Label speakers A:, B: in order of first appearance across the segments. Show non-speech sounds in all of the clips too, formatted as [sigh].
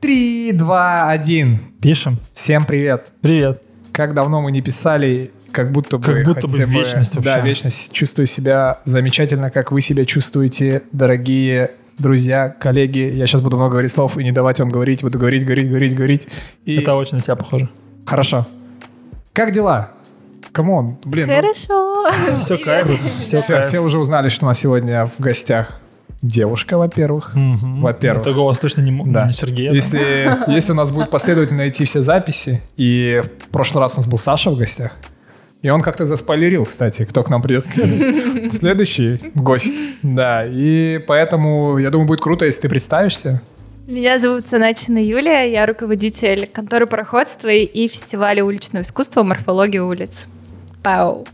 A: Три, два, один.
B: Пишем.
A: Всем привет.
B: Привет.
A: Как давно мы не писали, как будто бы...
B: Как будто бы
A: хотя
B: вечность
A: Да,
B: вообще.
A: вечность. Чувствую себя замечательно, как вы себя чувствуете, дорогие друзья, коллеги. Я сейчас буду много говорить слов и не давать вам говорить. Буду говорить, говорить, говорить, говорить. И...
B: Это очень на тебя похоже.
A: Хорошо. Как дела? Камон, блин. ну,
C: Хорошо.
B: Все кайф. Все
A: все, все уже узнали, что у нас сегодня в гостях девушка, во-первых. Во-первых.
B: Это голос точно не, м-
A: Да.
B: не Сергея. да?
A: Если, если у нас будет последовательно идти все записи, и в прошлый раз у нас был Саша в гостях, и он как-то заспойлерил, кстати, кто к нам придет
B: [laughs]
A: следующий, следующий гость. Да, и поэтому, я думаю, будет круто, если ты представишься.
C: Меня зовут Саначина Юлия, я руководитель конторы пароходства и фестиваля уличного искусства «Морфология улиц». Пау.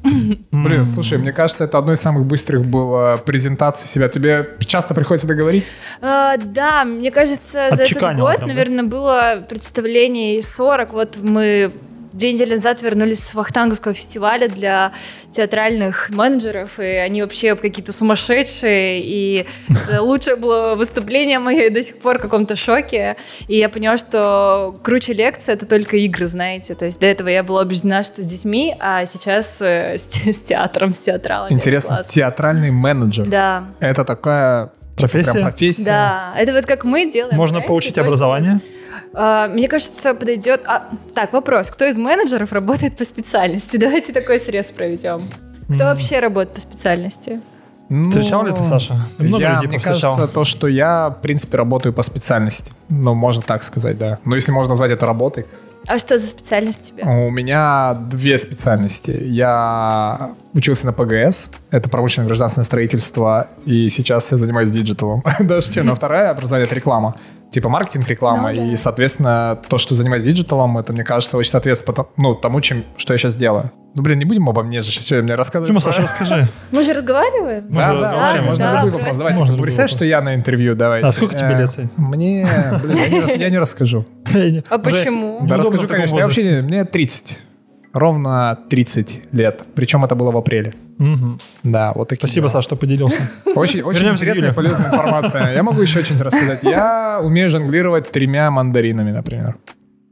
A: Блин, слушай, мне кажется, это одной из самых быстрых было презентаций себя. Тебе часто приходится это говорить?
C: Э, да, мне кажется, за этот
B: Отчеканила
C: год,
B: прям, да?
C: наверное, было представлений 40. Вот мы две недели назад вернулись с Вахтанговского фестиваля для театральных менеджеров, и они вообще какие-то сумасшедшие, и
B: [laughs]
C: это лучшее было выступление мое, я до сих пор в каком-то шоке, и я поняла, что круче лекции — это только игры, знаете, то есть до этого я была убеждена, что с детьми, а сейчас э, [laughs] с, те- с театром, с театралами.
A: Интересно,
C: Класс.
A: театральный менеджер.
C: Да.
A: Это такая
B: Профессия?
A: прям профессия.
C: Да, это вот как мы делаем.
B: Можно
C: проекты,
B: получить
C: то есть-
B: образование.
C: А, Мне кажется, подойдет... а, так, вопрос. Кто из менеджеров работает по специальности? [laughs] Давайте такой срез проведем. Кто вообще работает по специальности?
A: Ну,
B: Встречал ли ты, Саша? Ты много
A: я,
B: людей
A: мне
B: повстречал?
A: кажется, то, что я, в принципе, работаю по специальности. Ну, можно так сказать, да. Но если можно назвать это работой.
C: А что за специальность у
B: А.
C: тебя?
A: У меня две специальности. Я учился на ПГС, это промышленное гражданственное строительство, и сейчас я занимаюсь диджиталом. [laughs] Даже чем, но вторая образование — это реклама. Типа маркетинг, реклама,
C: Ну да.
A: и, соответственно, то, что занимаюсь диджиталом, это, мне кажется, очень соответствует потом- ну, тому, чем, что я сейчас делаю. Ну, блин, не будем обо мне же, сейчас мне рассказывать.
B: Почему, Саша, расскажи.
C: Мы же разговариваем?
A: Да,
B: Может,
A: да,
B: вообще
A: вообще,
C: да,
A: можно
C: да,
A: любой
C: просто.
A: вопрос. Давайте,
B: Можно
A: ты
B: любой
A: представь,
B: вопрос.
A: что я на интервью, давайте.
B: А сколько тебе
A: Э,
B: лет, Сань?
A: Мне, блин, я не рас- я не расскажу.
C: [laughs] А почему?
A: Да
B: Неудобно
A: расскажу,
B: в таком
A: конечно. Я вообще,
B: возрасте.
A: не- мне 30. Ровно 30 лет. Причем это было в апреле.
B: Мгм.
A: Да, вот такие.
B: Спасибо,
A: дела.
B: Саша, что поделился.
A: [laughs] Очень, очень
B: Вернемся к
A: интересная и
B: Юле.
A: полезная информация. Я могу еще что-нибудь рассказать. Я умею жонглировать тремя мандаринами, например.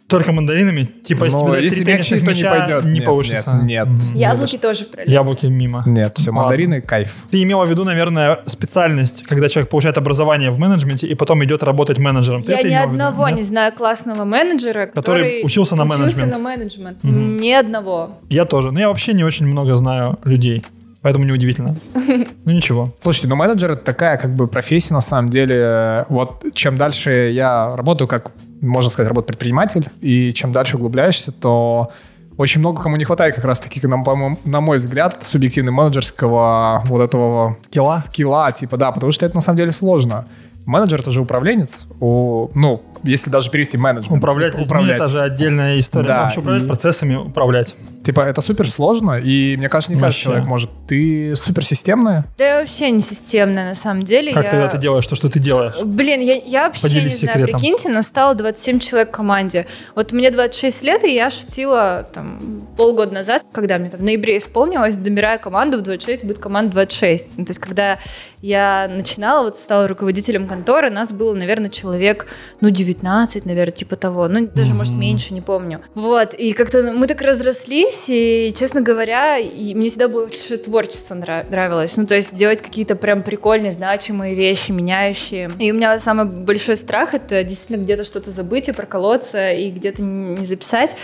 B: Только мандаринами? Типа, если тебе
A: Но
B: дать
A: если
B: три
A: мягче,
B: перечных
A: то не
B: мяча,
A: пойдет.
B: Не
A: Нет,
B: получится.
A: Нет,
B: Мгм.
A: нет.
C: Яблоки тоже пролили.
B: Яблоки мимо.
A: Нет, все,
B: Ладно.
A: мандарины, кайф.
B: Ты имела в виду, наверное, специальность, когда человек получает образование в менеджменте и потом идет работать менеджером. Ты
C: Я
B: это
C: ни
B: имела в виду?
C: одного
B: Нет?
C: не знаю классного менеджера,
B: Который
C: который...
B: учился на менеджмент.
C: на менеджмент.
B: Мгм.
C: Ни одного.
B: Я тоже. Но я вообще не очень много знаю людей. Поэтому
C: [laughs]
B: неудивительно. Ну ничего.
A: Слушайте, ну менеджер это такая как бы профессия на самом деле. Вот чем дальше я работаю, как можно сказать, работа предприниматель, и чем дальше углубляешься, то очень много кому не хватает как раз-таки, на, по-моему, на мой взгляд, субъективно менеджерского вот этого
B: Скилла?
A: скилла, типа, да, потому что это на самом деле сложно. Менеджер это же управленец, у- ну, если даже перевести менеджмент. типа,
B: Управлять людьми
A: управлять.
B: это же отдельная история.
A: Да,
B: Ну, вообще управлять
A: и-
B: процессами, управлять.
A: Типа, это супер сложно, и мне кажется, не каждый
B: Вообще.
A: человек может. Ты суперсистемная,
C: Да я вообще не системная на самом деле.
B: Как
C: я...
B: тогда ты делаешь то, что ты делаешь?
C: Блин, я, я вообще
B: Поделись
C: не знаю,
B: секретом.
C: прикиньте, настало 27 человек в команде. Вот мне 26 лет, и я шутила там полгода назад, когда мне там в ноябре исполнилось, добирая команду в 26, будет команда 26. Ну, то есть, когда я начинала, вот стала руководителем конторы, нас было, наверное, человек, ну, 19, наверное, типа того. Ну, даже, может,
B: Мгм.
C: меньше, не помню. Вот, и как-то мы так разрослись, и, честно говоря, и мне всегда больше творчество нра- нравилось. Ну, то есть делать какие-то прям прикольные, значимые вещи, меняющие. И у меня самый большой страх — это действительно где-то что-то забыть и проколоться, и где-то н- не записать.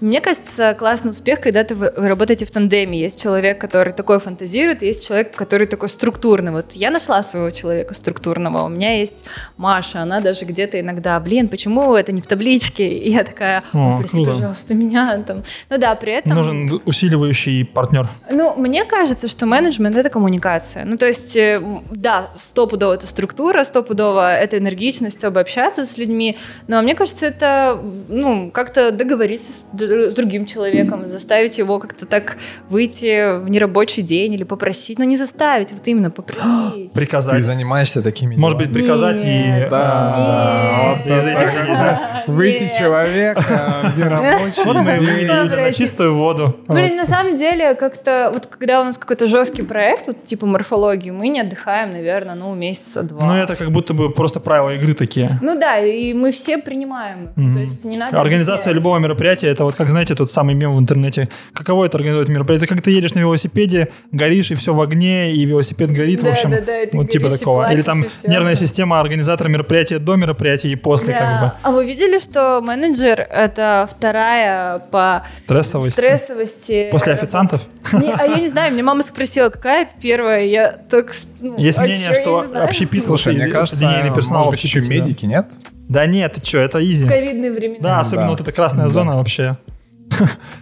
C: Мне кажется, классный успех, когда ты вы вы работаете в тандеме. Есть человек, который такой фантазирует, и есть человек, который такой структурный. Вот я нашла своего человека структурного. У меня есть Маша, она даже где-то иногда, блин, почему это не в табличке? И я такая,
B: О,
C: «Ой, прости,
B: круто.
C: пожалуйста, меня там. Ну да, при этом...
B: Нужен усиливающий партнер.
C: Ну, мне кажется, что менеджмент — это коммуникация. Ну, то есть, э, м, да, стопудово это структура, стопудово это энергичность, чтобы общаться с людьми, но мне кажется, это, ну, как-то договориться с, др- с другим человеком, заставить его как-то так выйти в нерабочий день или попросить, но не заставить, вот
B: [gasps]
C: именно попросить.
B: Приказать.
A: занимаешься такими
B: Может быть, приказать и...
C: Нет.
B: э,
A: Да,
C: Нет.
A: вот
B: из этих, да,
A: выйти
C: Нет.
A: человек э, в
C: [laughs]
A: нерабочий
B: Вот мы и
A: день.
B: вывели
C: Доброе
B: Юлю на
C: утро.
B: чистую воду.
C: Блин, на самом деле, как-то вот когда у нас какой-то жесткий проект, вот типа морфологии, мы не отдыхаем, наверное, ну, месяца два.
B: Ну, это как будто бы просто правила игры такие.
C: Ну да, и мы все принимаем. их.
B: Мгм.
C: То есть не надо...
B: Организация
C: объяснять.
B: любого мероприятия, это вот как, знаете, тот самый мем в интернете. Каково это организовать мероприятие? Это как ты едешь на велосипеде, горишь, и все в огне, и велосипед горит,
C: Да,
B: в общем.
C: да, да, и ты
B: вот типа
C: горишь, и
B: такого. Или
C: плачешь,
B: там
C: и всё.
B: нервная система организатора мероприятия до мероприятия и после,
C: Да.
B: как бы.
C: А вы видели, что менеджер — это вторая по
B: Стрессовость.
C: стрессовости...
B: После
C: работа?
B: официантов.
C: Не, а я не знаю, меня мама спросила, какая первая, я так... с- ну,
B: Есть
C: а
B: мнение,
C: чё я
B: что э,
C: не знаю?
B: общепит
A: Слушай, мне кажется, может быть, еще медики, нет?
B: Да нет, ты что, это
C: В
B: изи.
C: ковидные времена.
B: Да,
A: Да.
B: особенно вот эта красная
A: Да.
B: зона вообще.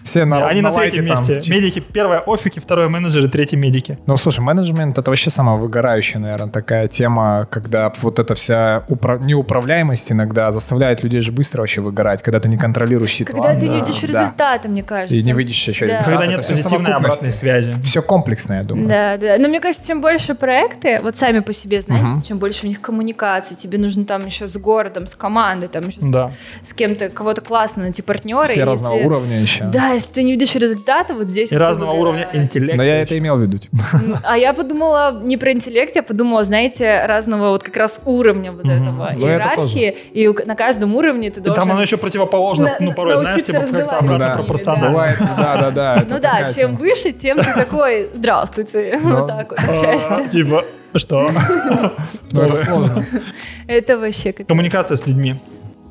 A: Все на,
B: Они на,
A: лайте
B: третьем
A: там
B: месте.
A: чисто.
B: Медики первое офики, второе менеджеры, третье медики.
A: Ну, слушай, менеджмент это вообще самая выгорающая, наверное, такая тема, когда вот эта вся упра- неуправляемость иногда заставляет людей же быстро вообще выгорать, когда ты не контролируешь ситуацию.
C: Когда ты не видишь
A: Да.
C: результата, мне кажется.
A: И не выйдешь еще
C: Да.
A: результата.
B: Когда
A: Это
B: нет
A: всё
B: позитивной
A: совокупность.
B: обратной
C: [laughs]
B: связи.
A: Все комплексное, я думаю.
C: Да, да. Но мне кажется, чем больше проекты, вот сами по себе, знаете,
A: Мгм.
C: чем больше у них коммуникации, тебе нужно там еще с городом, с командой, там еще с-
B: Да.
C: с, кем-то, кого-то классно найти партнеры.
A: Все
C: если-
A: разного уровня еще.
C: Да, если ты не видишь результата, вот здесь...
B: И
C: вот
B: разного уровня
C: выгораешь.
B: интеллекта.
A: Но я это имел в виду. типа.
C: М, А я подумала не про интеллект, я подумала, знаете, разного вот как раз уровня вот
B: Мгм.
C: этого
A: Ну, это
C: иерархии. И у- на каждом уровне ты
B: И
C: должен...
B: там оно еще противоположно,
C: На-
B: ну, порой, знаешь,
C: научиться
B: типа, как-то
C: разговаривать.
A: Ну
B: обратно
A: да.
B: пропорционально.
A: Бывает, да, да, да. это
C: Ну да,
A: такая
C: чем
A: тема.
C: выше, тем ты такой, здравствуйте,
A: Да.
B: Ну,
C: вот так вот общаешься.
B: А, [laughs] Типа, что?
C: [laughs]
A: Ну, это сложно.
C: Это вообще капец.
B: а, Коммуникация с людьми.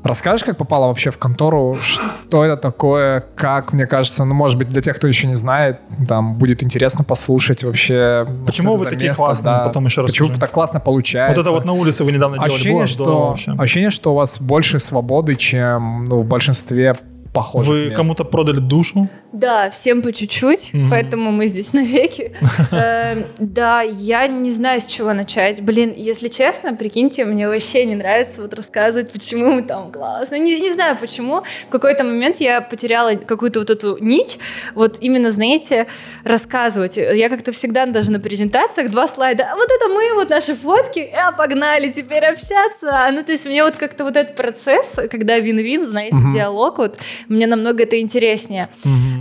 A: Расскажешь, как попала вообще в контору, что это такое, как, мне кажется, ну, может быть, для тех, кто еще не знает, там будет интересно послушать вообще.
B: Почему
A: что это
B: вы
A: за
B: такие
A: место,
B: классные? Потом еще
A: Почему
B: расскажи.
A: так классно
B: Вот
A: получается?
B: это вот на улице вы недавно делали,
A: ощущение,
B: было здорово
A: что,
B: вообще.
A: ощущение, что у вас больше свободы, чем ну, в большинстве похожих
B: Вы
A: мест. [laughs]
B: кому-то продали душу.
C: Да, всем по чуть-чуть,
B: Мгм.
C: поэтому мы здесь [laughs] навеки. Эм, Да, я не знаю, с чего начать. Блин, если честно, прикиньте, мне вообще не нравится вот рассказывать, почему мы там классно. Не, не знаю почему. В какой-то момент я потеряла какую-то вот эту нить. Вот именно, знаете, рассказывать. Я как-то всегда даже на презентациях два слайда. А Вот это мы, вот наши фотки. А, погнали теперь общаться. Ну, то есть мне вот как-то вот этот процесс, когда вин-вин, знаете,
A: Мгм.
C: диалог, вот мне намного это интереснее.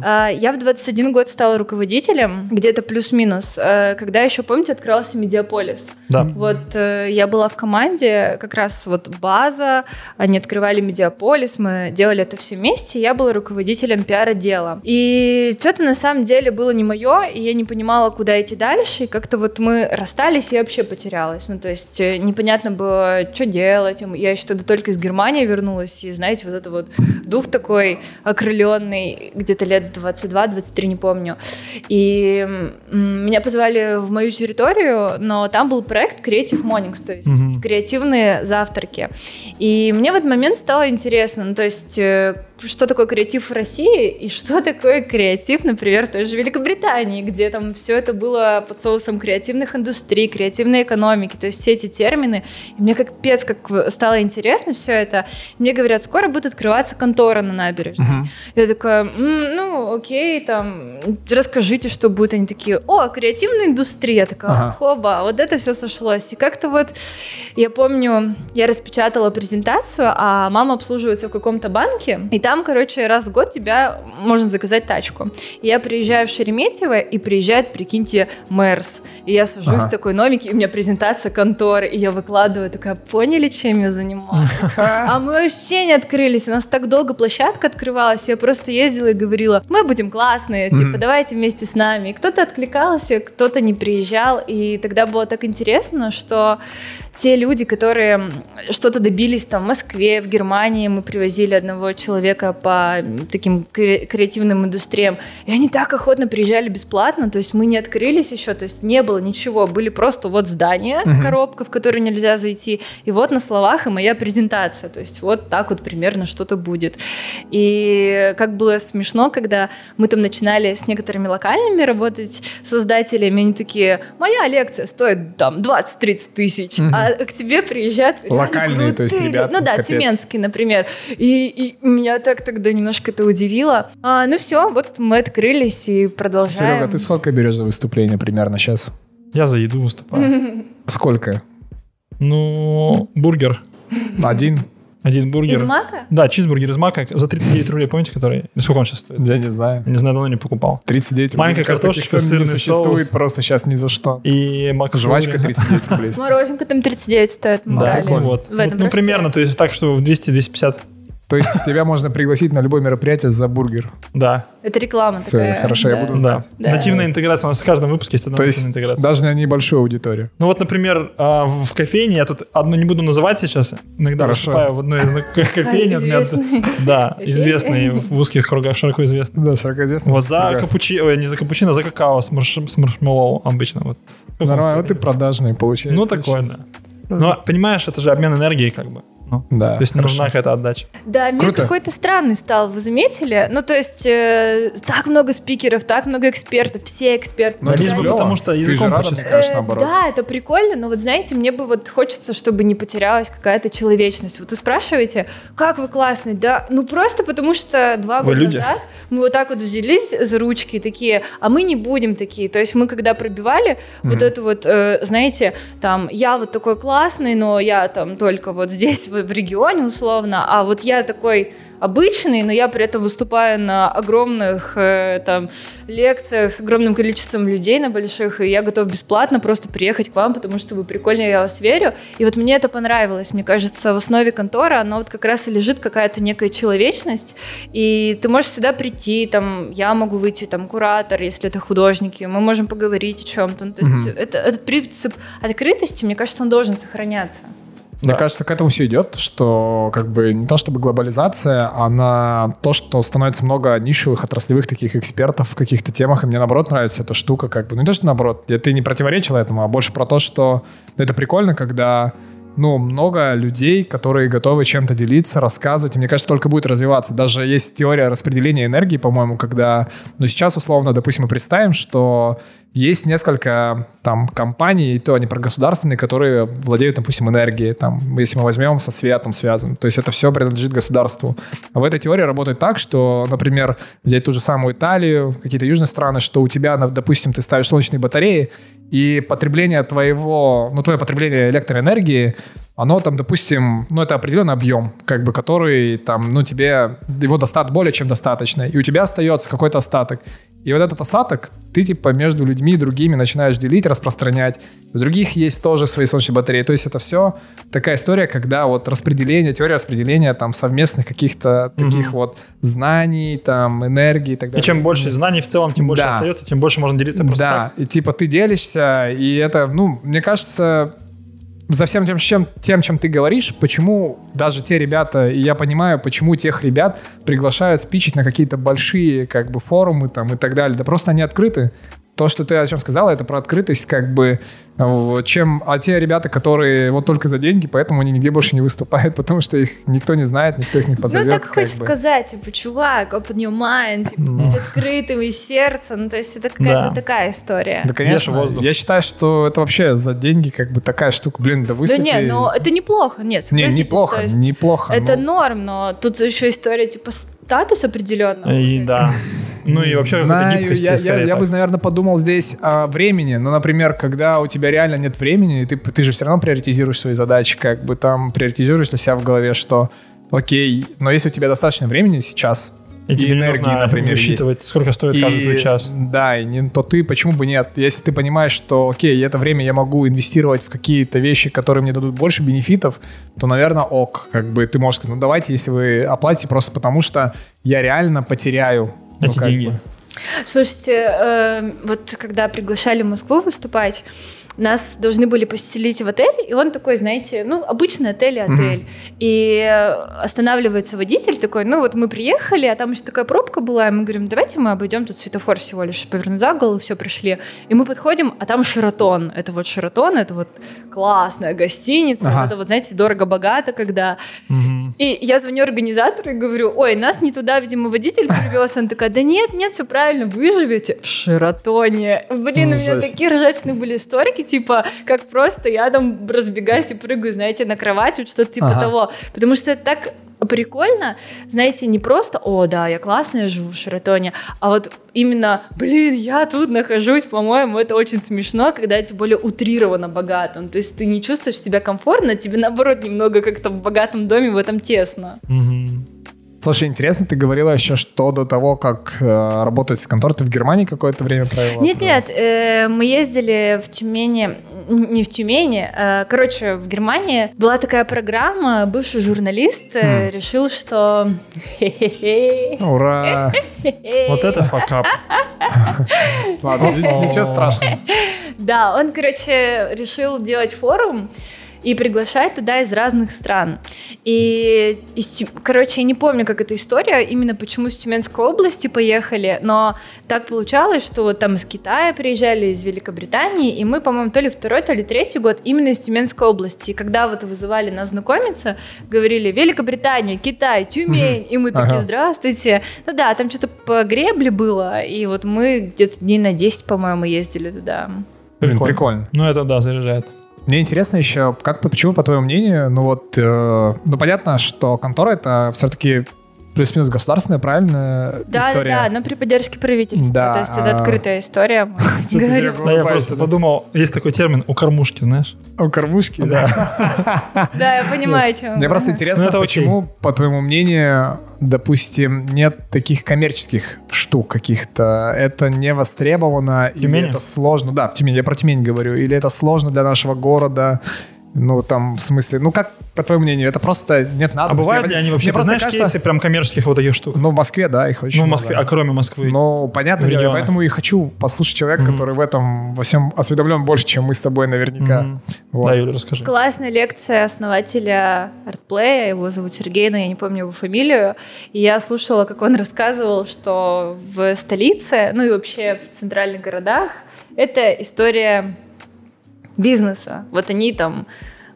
C: А, Я в 21 год стала руководителем, где-то плюс-минус, э, когда еще, помните, открывался Медиаполис.
B: Да.
C: Вот э, я была в команде, как раз вот база, они открывали Медиаполис, мы делали это все вместе, я была руководителем пиар-отдела. И что-то на самом деле было не мое, и я не понимала, куда идти дальше, и как-то вот мы расстались, и я вообще потерялась. Ну, то есть э, непонятно было, что делать. Я еще тогда только из Германии вернулась, и, знаете, вот это вот дух такой окрыленный, где-то лет 22-23, не помню. И м, меня позвали в мою территорию, но там был проект Creative Mornings, то есть
B: Мгм.
C: креативные завтраки. И мне в этот момент стало интересно, ну, то есть э, что такое креатив в России и что такое креатив, например, в той же Великобритании, где там все это было под соусом креативных индустрий, креативной экономики, то есть все эти термины. И мне как пец, как стало интересно все это. Мне говорят, скоро будет открываться контора на набережной.
A: Мгм.
C: Я такая, «М, ну, окей, там, расскажите, что будет. Они такие, о, креативная индустрия. Я такая,
A: Ага.
C: хоба, вот это все сошлось. И как-то вот, я помню, я распечатала презентацию, а мама обслуживается в каком-то банке, и там, короче, раз в год тебя можно заказать тачку. И я приезжаю в Шереметьево, и приезжает, прикиньте, Мэрс. И я сажусь
A: Ага.
C: в такой номике, и у меня презентация конторы, и я выкладываю, такая, поняли, чем я занимаюсь? А мы вообще не открылись. У нас так долго площадка открывалась. Я просто ездила и говорила, мы будем классные, типа,
A: Мгм.
C: давайте вместе с нами. И кто-то откликался, кто-то не приезжал. И тогда было так интересно, что те люди, которые что-то добились там в Москве, в Германии, мы привозили одного человека по таким кре- креативным индустриям, и они так охотно приезжали бесплатно, то есть мы не открылись еще, то есть не было ничего, были просто вот здания,
A: Мгм.
C: коробка, в которую нельзя зайти, и вот на словах и моя презентация, то есть вот так вот примерно что-то будет. И как было смешно, когда мы там начинали с некоторыми локальными работать создателями, они такие, моя лекция стоит там 20-30 тысяч,
A: Мгм.
C: а к тебе приезжают реально
A: Локальные, то есть,
C: крутые
A: ребята,
C: люди. Ну да,
A: капец.
C: Тюменский, например. И, и меня так тогда немножко это удивило. А, ну все, вот мы открылись и продолжаем.
A: Серега, ты сколько берешь за выступление примерно сейчас?
B: Я за еду
C: [laughs]
B: выступаю.
A: Сколько?
B: Ну, бургер.
A: Один?
B: Один бургер.
C: Из мака?
B: Да, чизбургер из мака за 39 рублей, помните, который? Ну, Сколько он сейчас стоит?
A: Я не знаю.
B: Не знаю, давно не покупал.
A: 39 рублей.
B: Маленькая
A: Мне кажется, таких
B: картошечка,
A: цен не
B: сырный
A: существует
B: соус.
A: просто сейчас ни за что.
B: И мак
A: Жвачка 39 рублей.
C: Мороженка там 39 стоит, мы
B: Да,
C: брали.
A: прикольно.
B: вот.
C: В этом
B: ну,
C: просто-
B: примерно, то есть так, что в 200-250.
A: То есть тебя можно пригласить на любое мероприятие за бургер.
B: Да,
C: Это реклама
A: Всё,
C: такая.
A: хорошо, я
C: да.
A: буду
B: да.
C: Да.
B: Нативная интеграция. У нас в каждом выпуске есть одна
A: То
B: нативная
A: есть
B: Ну, интеграция.
A: даже на небольшую аудиторию.
B: Ну вот, например, а, в в кофейне, я тут одну не буду называть сейчас, иногда
A: Хорошо.
B: выступаю в одной из ну,
C: [laughs]
B: ко- кофейн, у меня-
C: известный.
B: [laughs]
C: [laughs]
B: Да,
C: Кофейня.
B: известный, в узких кругах широко известный.
A: Да, широко известно.
B: Вот за капучино, ой, не за капучино, а за какао с, марш... с маршмеллоу обычно. Вот. Как
A: Нормально,
B: он
A: ну ты
B: стоит?
A: продажный получается.
B: Ну такое, да. Но понимаешь, это же обмен энергией как бы. Ну,
A: Да,
B: То есть
A: хорошо.
B: нужна какая-то отдача.
C: Да, мир
A: Круто.
C: какой-то странный стал, вы заметили? Ну, то есть, э, так много спикеров, так много экспертов, все эксперты.
A: Ну, это
B: Лишь бы
C: Э,
A: клёво.
B: потому что
A: Ты же
B: языком
A: рада,
B: почесать.
A: мне кажется, наоборот.
C: да, это прикольно, но вот знаете, мне бы вот хочется, чтобы не потерялась какая-то человечность. Вот вы спрашиваете, как вы классный, да? Ну просто потому что два
B: Вы
C: года
B: люди.
C: назад мы вот так вот взялись за ручки и такие, а мы не будем такие. То есть мы когда пробивали вот это вот, э, знаете, там, я вот такой классный, но я там только вот здесь в в регионе условно, а вот я такой обычный, но я при этом выступаю на огромных э, там лекциях с огромным количеством людей на больших, и я готов бесплатно просто приехать к вам, потому что вы прикольные, я вас верю. И вот мне это понравилось. Мне кажется, в основе контора она вот как раз и лежит какая-то некая человечность, и ты можешь сюда прийти, там, я могу выйти, там, куратор, если это художники, мы можем поговорить о чем-то. Ну, то есть
A: Мгм.
C: это- этот принцип открытости, мне кажется, он должен сохраняться.
A: Мне
B: Да.
A: кажется, к этому все идет, что как бы не то чтобы глобализация, она то, что становится много нишевых, отраслевых таких экспертов в каких-то темах, и мне наоборот нравится эта штука, как бы, ну не то, что наоборот, я- ты не противоречил этому, а больше про то, что ну, это прикольно, когда ну, много людей, которые готовы чем-то делиться, рассказывать. И мне кажется, только будет развиваться. Даже есть теория распределения энергии, по-моему, когда... Ну, сейчас, условно, допустим, мы представим, что есть несколько там компаний, и то они про государственные, которые владеют, допустим, энергией. Там, если мы возьмем, со светом связан. То есть это все принадлежит государству. А в этой теории работает так, что, например, взять ту же самую Италию, какие-то южные страны, что у тебя, на- допустим, ты ставишь солнечные батареи, и потребление твоего, ну, твое потребление электроэнергии, оно там, допустим, ну, это определенный объем, как бы, который там, ну, тебе, его достаточно, более чем достаточно, и у тебя остается какой-то остаток. И вот этот остаток ты, типа, между людьми другими начинаешь делить, распространять. У других есть тоже свои солнечные батареи. То есть это все такая история, когда вот распределение, теория распределения там совместных каких-то таких вот знаний, там, энергии и так
B: И
A: далее.
B: чем больше знаний в целом, тем больше
A: Да.
B: остается, тем больше можно делиться просто
A: Да,
B: так.
A: и типа ты делишься, и это, ну, мне кажется, за всем тем, чем, тем, чем ты говоришь, почему даже те ребята, и я понимаю, почему тех ребят приглашают спичить на какие-то большие, как бы, форумы там и так далее. Да просто они открыты. То, что ты о чем сказала, это про открытость, как бы, в- чем... А те ребята, которые вот только за деньги, поэтому они нигде больше не выступают, [laughs] потому что их никто не знает, никто их не позовет.
C: ну, так
A: как
C: хочешь
A: бы.
C: сказать, типа, чувак, open your mind, типа, будь открытым и сердцем, ну, то есть это какая-то
B: Да.
C: такая история.
A: Да, конечно.
B: воздух.
A: Я считаю, что это вообще за деньги как бы такая штука. Блин, да
C: Да
A: выступи.
C: не, но это неплохо, нет,
A: Не,
C: согласитесь,
A: неплохо,
C: то есть
A: неплохо.
C: Это
A: ну,
C: норм, но тут еще история, типа, статус определенного.
B: И да. Ну и вообще какой-то
A: знаю,
B: гибкости
A: я, я,
B: скорее
A: я бы,
B: так.
A: наверное, подумал здесь о времени. Но, например, когда у тебя реально нет времени, ты, ты же все равно приоритизируешь свои задачи, как бы там приоритизируешь для себя в голове, что окей, но если у тебя достаточно времени сейчас,
B: И тебе не
A: энергии,
B: нужно
A: например, есть.
B: высчитывать, сколько стоит
A: И- ну,
B: каждый твой час.
A: Да, и не, то ты, почему бы нет? Если ты понимаешь, что, окей, это время я могу инвестировать в какие-то вещи, которые мне дадут больше бенефитов, то, наверное, ок. Как бы ты можешь сказать, ну давайте, если вы оплатите, просто потому что я реально потеряю ну,
B: Эти
A: как
B: деньги.
A: бы.
C: Слушайте, э, вот когда приглашали в Москву выступать, нас должны были поселить в отель, и он такой, знаете, ну, обычный отель и отель. И э, останавливается водитель такой, ну, вот мы приехали, а там еще такая пробка была, и мы говорим, давайте мы обойдем тут светофор всего лишь, повернуть за голову, все, пришли. И мы подходим, а там Шератон. Это вот Шератон, это вот классная гостиница,
A: Ага.
C: это вот, знаете, дорого-богато, когда...
B: Мгм.
C: И я звоню организатору и говорю, ой, нас не туда, видимо, водитель привез. Она такая, да нет, нет, все правильно, выживете в Шератоне. Блин,
A: Ну,
C: у меня
A: жесть.
C: такие ржачные были историки, типа, как просто я там разбегаюсь и прыгаю, знаете, на кровать, вот что-то типа
A: Ага.
C: того. Потому что это так прикольно, знаете, не просто, о, да, я классная, я живу в Шаратоне, а вот именно, блин, я тут нахожусь, по-моему, это очень смешно, когда тем более утрированно богат. Ну, то есть ты не чувствуешь себя комфортно, тебе наоборот немного как-то в богатом доме в этом тесно.
A: Слушай, интересно, ты говорила еще, что до того, как э, работать с конторой, ты в Германии какое-то время провела?
C: Нет, нет, э, мы ездили в Тюмени, н- не в Тюмени, э, короче, в Германии была такая программа, бывший журналист э,
B: Хм.
C: решил, что... [laughs]
A: Ну, Ура!
B: Вот это факап.
A: Ладно, ни- ничего страшного.
C: Да, он, короче, решил делать форум и приглашать туда из разных стран. И, из Тю- короче, я не помню, как эта история, именно почему с Тюменской области поехали, но так получалось, что вот там из Китая приезжали, из Великобритании, и мы, по-моему, то ли второй, то ли третий год именно из Тюменской области. И когда вот вызывали нас знакомиться, говорили Великобритания, Китай, Тюмень, и мы такие,
A: Ага.
C: здравствуйте. Ну да, там что-то по гребле было, и вот мы где-то дней на 10, по-моему, ездили туда.
A: Блин,
B: Прикольно.
A: прикольно.
B: Ну это да, заряжает.
A: Мне интересно еще, как, почему, по твоему мнению, ну вот, э, ну понятно, что контора это все-таки плюс-минус государственная, правильно,
C: Да,
A: история?
C: да, да, но при поддержке правительства.
A: Да,
C: То есть это
A: а-
C: открытая
A: [laughs]
C: история. мы
A: Чё ты
C: говорим.
A: зря
B: Да, я
A: улыбаешься,
B: просто
A: да?
B: подумал, есть такой термин у кормушки, знаешь?
A: У кормушки, да.
C: Да, я понимаю, о чем.
A: Мне просто интересно,
B: Ну, это окей.
A: почему, по твоему мнению, допустим, нет таких коммерческих штук каких-то? Это не востребовано, или
B: Тюмени?
A: это сложно? Да, в Тюмени, я про Тюмень говорю. Или это сложно для нашего города? Ну, там, в смысле, ну как, по твоему мнению, это просто нет
B: А
A: надо.
B: бывают ли они вообще? Ты знаешь кейсы прям коммерческих вот таких штук?
A: Ну, в Москве, да, их очень
B: Ну, в
A: много.
B: Москве, а кроме Москвы.
A: Ну, понятно,
B: В регионах.
A: поэтому и хочу послушать человека,
B: Мгм.
A: который в этом во всем осведомлен больше, чем мы с тобой наверняка.
B: Мгм.
A: Вот.
B: Да, Юля, расскажи.
C: Классная лекция основателя Артплея, его зовут Сергей, но я не помню его фамилию. И я слушала, как он [laughs] рассказывал, что в столице, ну и вообще в центральных городах, это история бизнеса. Вот они там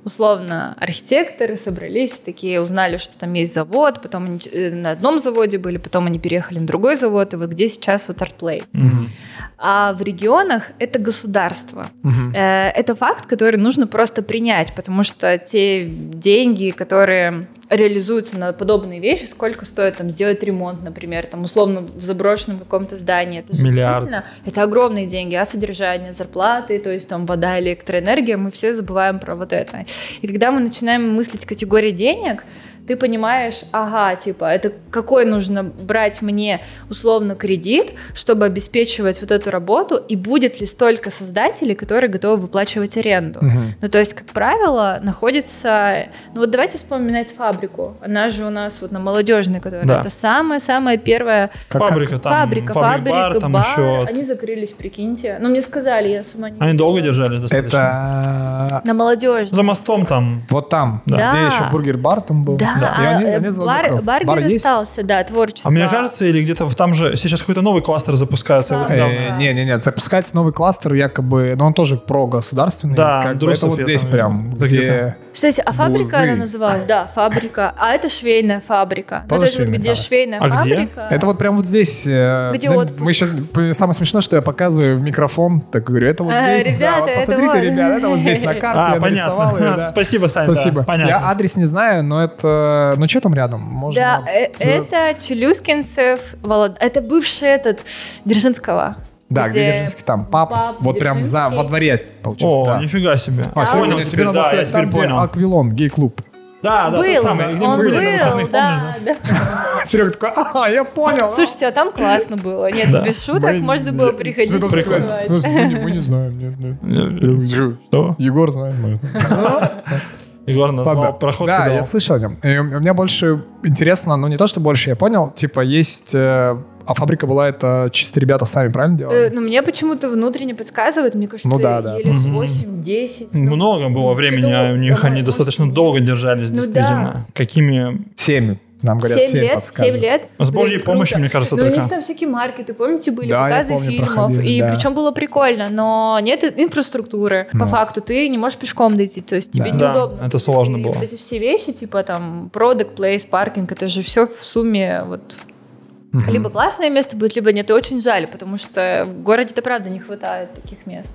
C: условно архитекторы собрались, такие узнали, что там есть завод, потом они э, на одном заводе были, потом они переехали на другой завод, и вот где сейчас вот Артплей.
B: Мгм.
C: А в регионах это государство. Э, Это факт, который нужно просто принять, потому что те деньги, которые реализуются на подобные вещи, сколько стоит там сделать ремонт, например, там условно в заброшенном каком-то здании, это же
B: Миллиард.
C: действительно- это огромные деньги, а содержание, зарплаты, то есть там вода, электроэнергия, мы все забываем про вот это. И когда мы начинаем мыслить категории денег, ты понимаешь, ага, типа, это какой нужно брать мне условно кредит, чтобы обеспечивать вот эту работу, и будет ли столько создателей, которые готовы выплачивать аренду.
A: Мгм.
C: Ну, то есть, как правило, находится... Ну, вот давайте вспоминать фабрику. Она же у нас вот на молодежной, которая...
B: Да.
C: Это самая-самая первая
A: Как-
B: Фабрика там,
C: фабрика.
B: фабрик,
C: Фабрика,
B: бар, там
C: бар.
B: еще.
C: Они закрылись, прикиньте. Ну, мне сказали, я сама не...
B: Они долго
C: видела.
B: держались достаточно?
A: Это
C: На молодежной.
B: За мостом там.
A: вот там,
C: Да.
A: где еще бургер-бар там был.
C: Да,
A: И они-
C: э,
A: они за-
C: бар,
A: закрылся.
C: Барбер
A: Бар есть?
C: остался, да, творчество.
B: А мне кажется, или где-то в- там же сейчас какой-то новый кластер запускается. вот
C: Кластер.
B: недавно.
A: Э, Не-не-не, запускается новый кластер, якобы, но он тоже про государственный.
B: Да,
A: как бы,
B: Друсов
A: это вот
B: я
A: здесь
B: там
A: прям,
B: видел. Да,
A: где...
B: где-то.
C: Кстати, а фабрика
A: Бузы.
C: она называлась? Да, фабрика. А это швейная фабрика. Ну,
A: Тоже
C: то есть вот
A: швейная
C: где
A: фабрика.
C: швейная
B: А где?
C: фабрика.
A: Это вот прям вот здесь. э,
C: Где
A: мы
C: отпуск?
A: щас- Самое смешное, что я показываю в микрофон, так говорю, это вот
C: Э,
A: здесь. да,
C: ребята,
A: вот
C: это
A: посмотрите,
C: вот.
A: ребята, это вот здесь
B: [laughs]
A: на карте
B: А,
A: я нарисовал.
B: понятно.
A: её,
B: [laughs]
A: да.
B: Спасибо, Сань. да,
A: Спасибо. Я
B: Понятно.
A: адрес не знаю, но это... Ну, что там рядом?
C: Да,
A: Можно...
C: э, это Челюскинцев, Волод... это бывший этот Дзержинского.
A: Да, где Дзержинский, там пап.
C: Пап
A: вот прям за,
C: Дзержинский.
A: во дворе, получается,
B: О,
A: да.
B: нифига себе.
A: А,
B: понял
C: всё,
A: сегодня
B: теперь,
A: тебе надо
B: да, я
A: сказать,
B: теперь
A: там, где
B: понял.
A: Аквилон,
B: [laughs]
A: гей-клуб.
B: Да, да,
C: был,
B: тот самый, где мы
C: он
B: были,
C: был,
B: на выходных, помнишь, да?
C: да, да.
A: Серега такой, а, я понял.
C: Слушайте, а там классно было. Нет,
B: Да.
C: без шуток, можно было приходить и
A: Прикольно.
C: узнавать.
A: Мы не знаем, нет, нет.
B: Что?
A: Егор знает. мы это.
B: Егор назвал
A: Ладно.
B: проход.
A: Да, я слышал о нем. И у меня больше интересно, ну не то, что больше, я понял, типа есть... э, А фабрика была, это чисто ребята сами, правильно
C: Э,
A: делали?
C: Ну, мне почему-то внутренне подсказывает, мне кажется,
A: Ну да, да.
C: ей
B: Мгм.
C: лет 8-10. ну,
B: Много было времени, а у них
C: Давай,
B: они
C: может,
B: достаточно долго держались,
C: Ну да.
B: действительно. Какими...
A: Семь. Нам говорят,
C: Семь
A: семь
C: лет, семь
A: подсказывают.
C: лет.
B: Ну, С
C: Блин,
B: Божьей
C: круто.
B: помощью, мне кажется,
C: Ну, у них
B: только.
C: там всякие маркеты, помните, были
A: Да, я
C: показы
A: помню,
C: фильмов.
A: проходили,
C: И
A: да.
C: причем было прикольно, но нет и- инфраструктуры.
A: Да.
C: По факту ты не можешь пешком дойти, то есть тебе
A: Да.
B: Ну. Да,
C: неудобно.
B: это сложно
C: И
B: было.
C: Вот эти все вещи, типа там product, place, паркинг, это же все в сумме вот либо классное место будет, либо нет. И очень жаль, потому что в городе-то правда не хватает таких мест.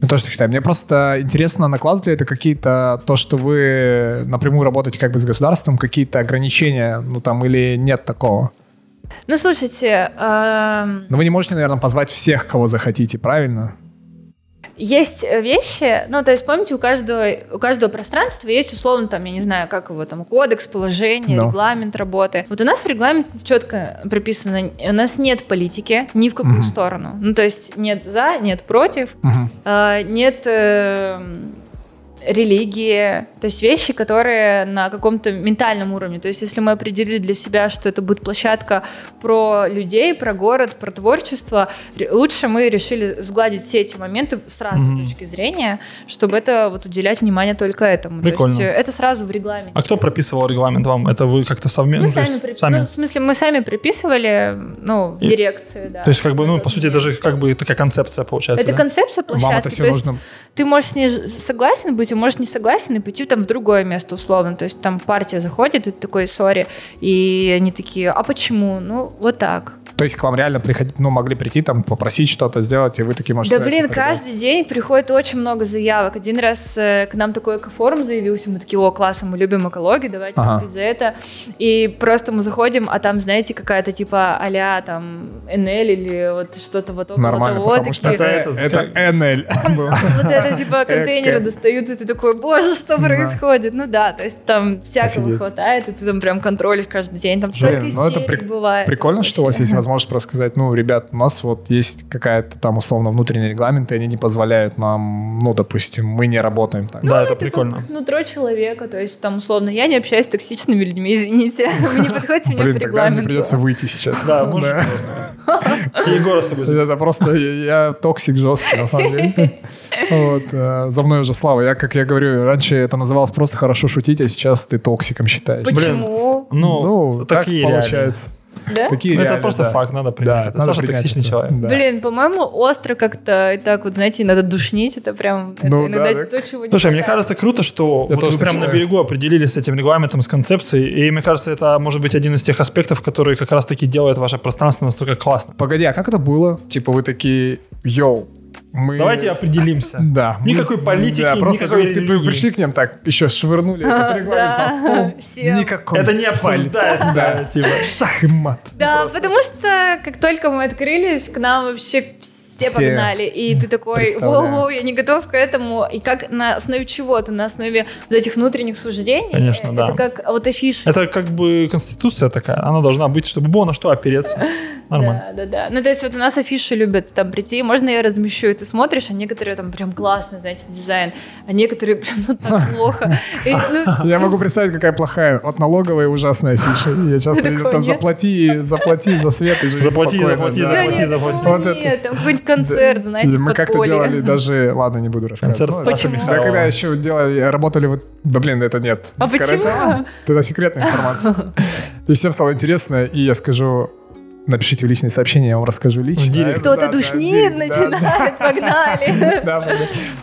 A: Я тоже так считаю. Мне просто интересно, накладывают ли это какие-то, то, что вы напрямую работаете как бы с государством, какие-то ограничения, ну там, или нет такого?
C: Ну, слушайте, эм,
A: Но вы не можете, наверное, позвать всех, кого захотите, правильно?
C: есть вещи, ну, то есть, помните, у каждого, у каждого пространства есть, условно, там, я не знаю, как его там, кодекс, положение,
A: Да.
C: регламент работы. Вот у нас в регламенте четко прописано, у нас нет политики ни в какую
A: Мгм.
C: сторону. Ну, то есть, нет за, нет против,
A: Мгм.
C: э, нет эм, религии, то есть вещи, которые на каком-то ментальном уровне. То есть если мы определили для себя, что это будет площадка про людей, про город, про творчество, ре- лучше мы решили сгладить все эти моменты с разной
B: Мгм.
C: точки зрения, чтобы это вот уделять внимание только этому.
B: Прикольно.
C: То есть э, это сразу в регламенте.
B: А кто прописывал регламент вам? Это вы как-то
C: Мы
B: совместно? ну, то
C: сами,
B: есть
C: при-
B: сами?
C: ну, в смысле, мы сами приписывали, ну, в
B: И-
C: дирекции, да.
B: То есть, как бы, ну,
C: Это-
B: по сути, это же как бы такая концепция получается.
C: это
B: да?
C: концепция площадки.
A: Вам это все
C: то есть
A: нужно...
C: ты можешь с ней ж- согласен быть, а можешь не согласен и пойти там в другое место условно. То есть там партия заходит, и ты такой, сори, и они такие, а почему? Ну, вот так.
A: То есть к вам реально приходить, ну, могли прийти, там, попросить что-то сделать, и вы такие можете... типа,
C: да блин, каждый день приходит очень много заявок. Один раз э, к нам такой экофорум заявился, мы такие, о, классно, мы любим экологию, давайте
A: Ага.
C: топить за это. И просто мы заходим, а там, знаете, какая-то типа а там НЛ или вот что-то вот около
A: Нормально,
C: того.
A: потому что
C: такие,
A: это,
B: Это этот-
A: это NL было.
C: [laughs] Вот это
A: Э,
C: типа контейнеры
A: Эко.
C: достают, и ты такой, боже, что
A: Да.
C: происходит? Ну да, то есть там всякого
A: Офигеть.
C: хватает, и ты там прям контролишь каждый день, там
A: Блин,
C: столько
A: ну это
C: истерик
A: прик-
C: бывает.
A: Прикольно, что у вас
C: вообще.
A: есть возможность просто сказать, ну, ребят, у нас вот есть какая-то там условно внутренний регламент, и они не позволяют нам, ну, допустим, мы не работаем так.
B: Да, это
C: как [laughs]
B: прикольно.
C: Нутро человека, то есть там условно я не общаюсь с токсичными людьми, [laughs] извините, вы не подходите мне
A: Блин,
C: по
A: тогда мне
C: регламенту.
A: придется выйти сейчас.
B: Да, можешь просто. И Егора с собой взять.
A: Это просто я я токсик жесткий, на самом деле. Вот, э, за мной уже слава. Я, как я говорю, раньше это называлось просто хорошо шутить, а сейчас ты токсиком считаешь.
B: Блин,
C: Почему?
B: Ну,
A: так
B: такие реалии.
A: получается.
C: Да?
A: Такие
B: Ну, Это
A: реалии,
B: просто
A: да.
B: факт, надо
A: Да,
B: принять. Это
A: надо
B: Саша
A: принять
B: токсичный
A: это.
B: человек.
A: Да.
C: Блин, по-моему, остро как-то и так вот, знаете, иногда душнить, это прям это
A: Ну да,
C: иногда
A: так.
C: то, чего не
B: Слушай, мне
C: хватает.
B: кажется, круто, что
A: Я
B: вот
A: тоже
B: вы
A: так
B: прям на
A: считаю.
B: берегу определились с этим регламентом, с концепцией, и мне кажется, это может быть один из тех аспектов, который как раз-таки делает ваше пространство настолько классным.
A: Погоди, а как это было? Типа вы такие, йоу, мы...
B: Давайте определимся.
A: [laughs] Да. мы
B: Никакой
A: с-
B: политики,
A: да, просто
B: никакой
A: вы- ты- вы
B: религии.
A: пришли к ним так, еще швырнули этот регламент
C: да,
A: на стол.
C: всем.
A: Никакой.
B: Это не
A: Да.
B: обсуждается. типа.
A: Шах и мат.
C: Да, потому что как только мы открылись, к нам вообще все,
A: Все.
C: погнали. И ты такой,
A: Представляю.
C: воу, я не готов к этому. И как на основе чего ты? На основе вот этих внутренних суждений?
B: Конечно,
C: Э,
B: да.
C: Это как вот афиша.
B: Это как бы конституция такая, она должна быть, чтобы было на что
C: [laughs]
B: опереться. Нормально.
C: Да, да, да. Ну, то есть вот у нас афиши любят там прийти, можно я размещу, и ты смотришь, а некоторые там прям классно, знаете, дизайн, а некоторые прям ну
A: [laughs]
C: так плохо. И, ну,
A: Я могу представить, какая плохая. От налоговой ужасная фиша. Я
C: [laughs]
A: часто
C: Такого
A: вижу, там
C: нет.
A: заплати, заплати за свет и живи
B: Заплати,
A: спокойно,
B: заплати,
A: да.
C: да
B: заплати,
C: нет,
B: заплати.
C: такого
A: Вот это.
C: нет, там какой-нибудь концерт, знаете,
A: Мы
C: в
A: как-то
C: подполье.
A: делали
C: [laughs]
A: даже... Ладно, не буду рассказывать.
B: Концерт
A: Ну,
B: Саши
C: Почему?
A: Да,
B: Михайлова.
A: когда еще делали, работали вот... Да блин, это нет.
C: А
A: Короче,
C: почему?
A: Это
C: [laughs]
A: секретная информация. И всем стало интересно, и я скажу... Напишите в личные сообщения, я вам расскажу лично.
B: В директ.
A: А это да,
C: Кто-то
A: да,
C: душнит
A: да,
C: начинает, погнали.
A: да,
C: [laughs]
A: да, да.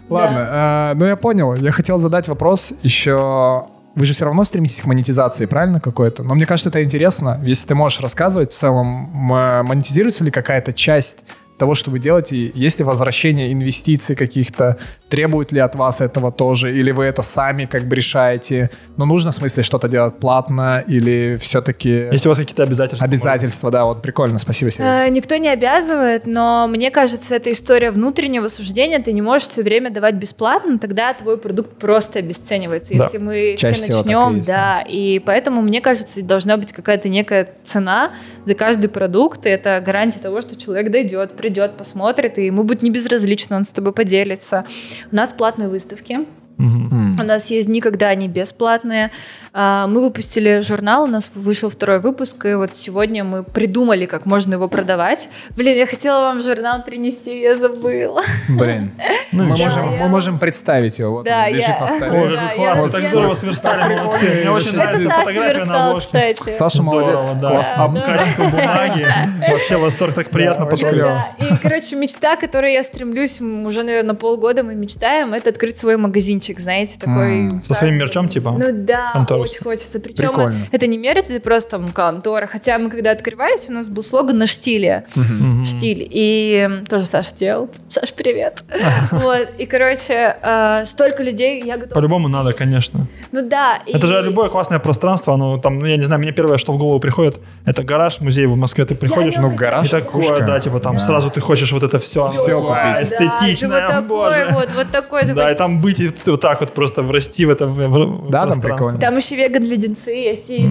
A: Ладно, э, ну я понял. Я хотел задать вопрос еще. Вы же все равно стремитесь к монетизации, правильно, какой-то? Но мне кажется, это интересно. Если ты можешь рассказывать в целом, м, э, монетизируется ли какая-то часть того, что вы делаете, есть ли возвращение инвестиций каких-то, требует ли от вас этого тоже, или вы это сами как бы решаете, но нужно в смысле что-то делать платно, или все-таки
B: Если у вас какие-то обязательства.
A: обязательства, да, вот прикольно, спасибо Серега.
C: Э, Никто не обязывает, но мне кажется, это история внутреннего суждения. Ты не можешь все время давать бесплатно, тогда твой продукт просто обесценивается.
B: Да.
C: Если мы
A: Чаще
C: все
A: всего так и
C: начнем,
A: есть,
C: да. И поэтому, мне кажется, должна быть какая-то некая цена за каждый продукт. И это гарантия того, что человек дойдет, придет, посмотрит, и ему будет не безразлично, он с тобой поделится. У нас платные выставки.
B: Мгм.
A: М.
C: У нас есть дни, когда они бесплатные. А, Мы выпустили журнал, у нас вышел второй выпуск, и вот сегодня мы придумали, как можно его продавать. Блин, я хотела вам журнал принести, я
B: [laughs]
C: забыла. [laughs]
A: Блин.
B: Ну,
A: мы,
B: ничего.
A: можем,
C: я-
A: мы можем представить его. Вот
C: Да,
A: он лежит
C: я-
A: на столе.
B: Ой,
C: Да,
B: как
C: я
B: классно,
C: вот
B: так
C: я-
B: здорово сверстали, молодцы. Мне очень
A: Это
B: нравится
C: Это
A: Саша
C: Саша
B: фотография на
C: верстал,
B: обложке.
C: кстати.
A: Саша молодец.
B: Здорово, да.
A: Классно.
B: А Качество
C: [laughs]
B: бумаги. Вообще восторг так приятно
A: Да, очень
B: подклеил.
A: клево.
C: Да, и, короче, мечта, к которой я стремлюсь м, уже, наверное, полгода мы мечтаем, это открыть свой магазинчик. логотипчик, знаете, такой...
A: М,
B: Со своим
C: разный.
B: мерчом, типа?
C: Ну да,
B: Конторовский.
C: очень хочется. Причем
A: Прикольно.
C: это не мерч, это просто там контора. Хотя мы когда открывались, у нас был слоган на штиле.
B: Мгм.
C: Штиль. И м, тоже Саша делал. Саш, привет. [laughs] Вот. И, короче, э, столько людей, я готова...
B: По-любому надо, конечно.
C: Ну да. и-
B: Это же любое классное пространство, оно там, ну, я не знаю, мне первое, что в голову приходит, это гараж, музей в Москве, ты приходишь,
C: Я
A: Ну,
B: ну,
A: гараж,
B: и такое,
A: пушка.
B: да, типа там
A: Да.
B: сразу ты хочешь вот это все,
A: Всё купить.
B: эстетично,
C: Да, это вот такой
B: боже.
C: вот, вот такой.
B: Да, и
C: такой.
B: там быть и т- вот так вот просто врасти в это в- в-
A: Да, там
B: пространство.
A: прикольно.
C: Там еще веган-леденцы есть, и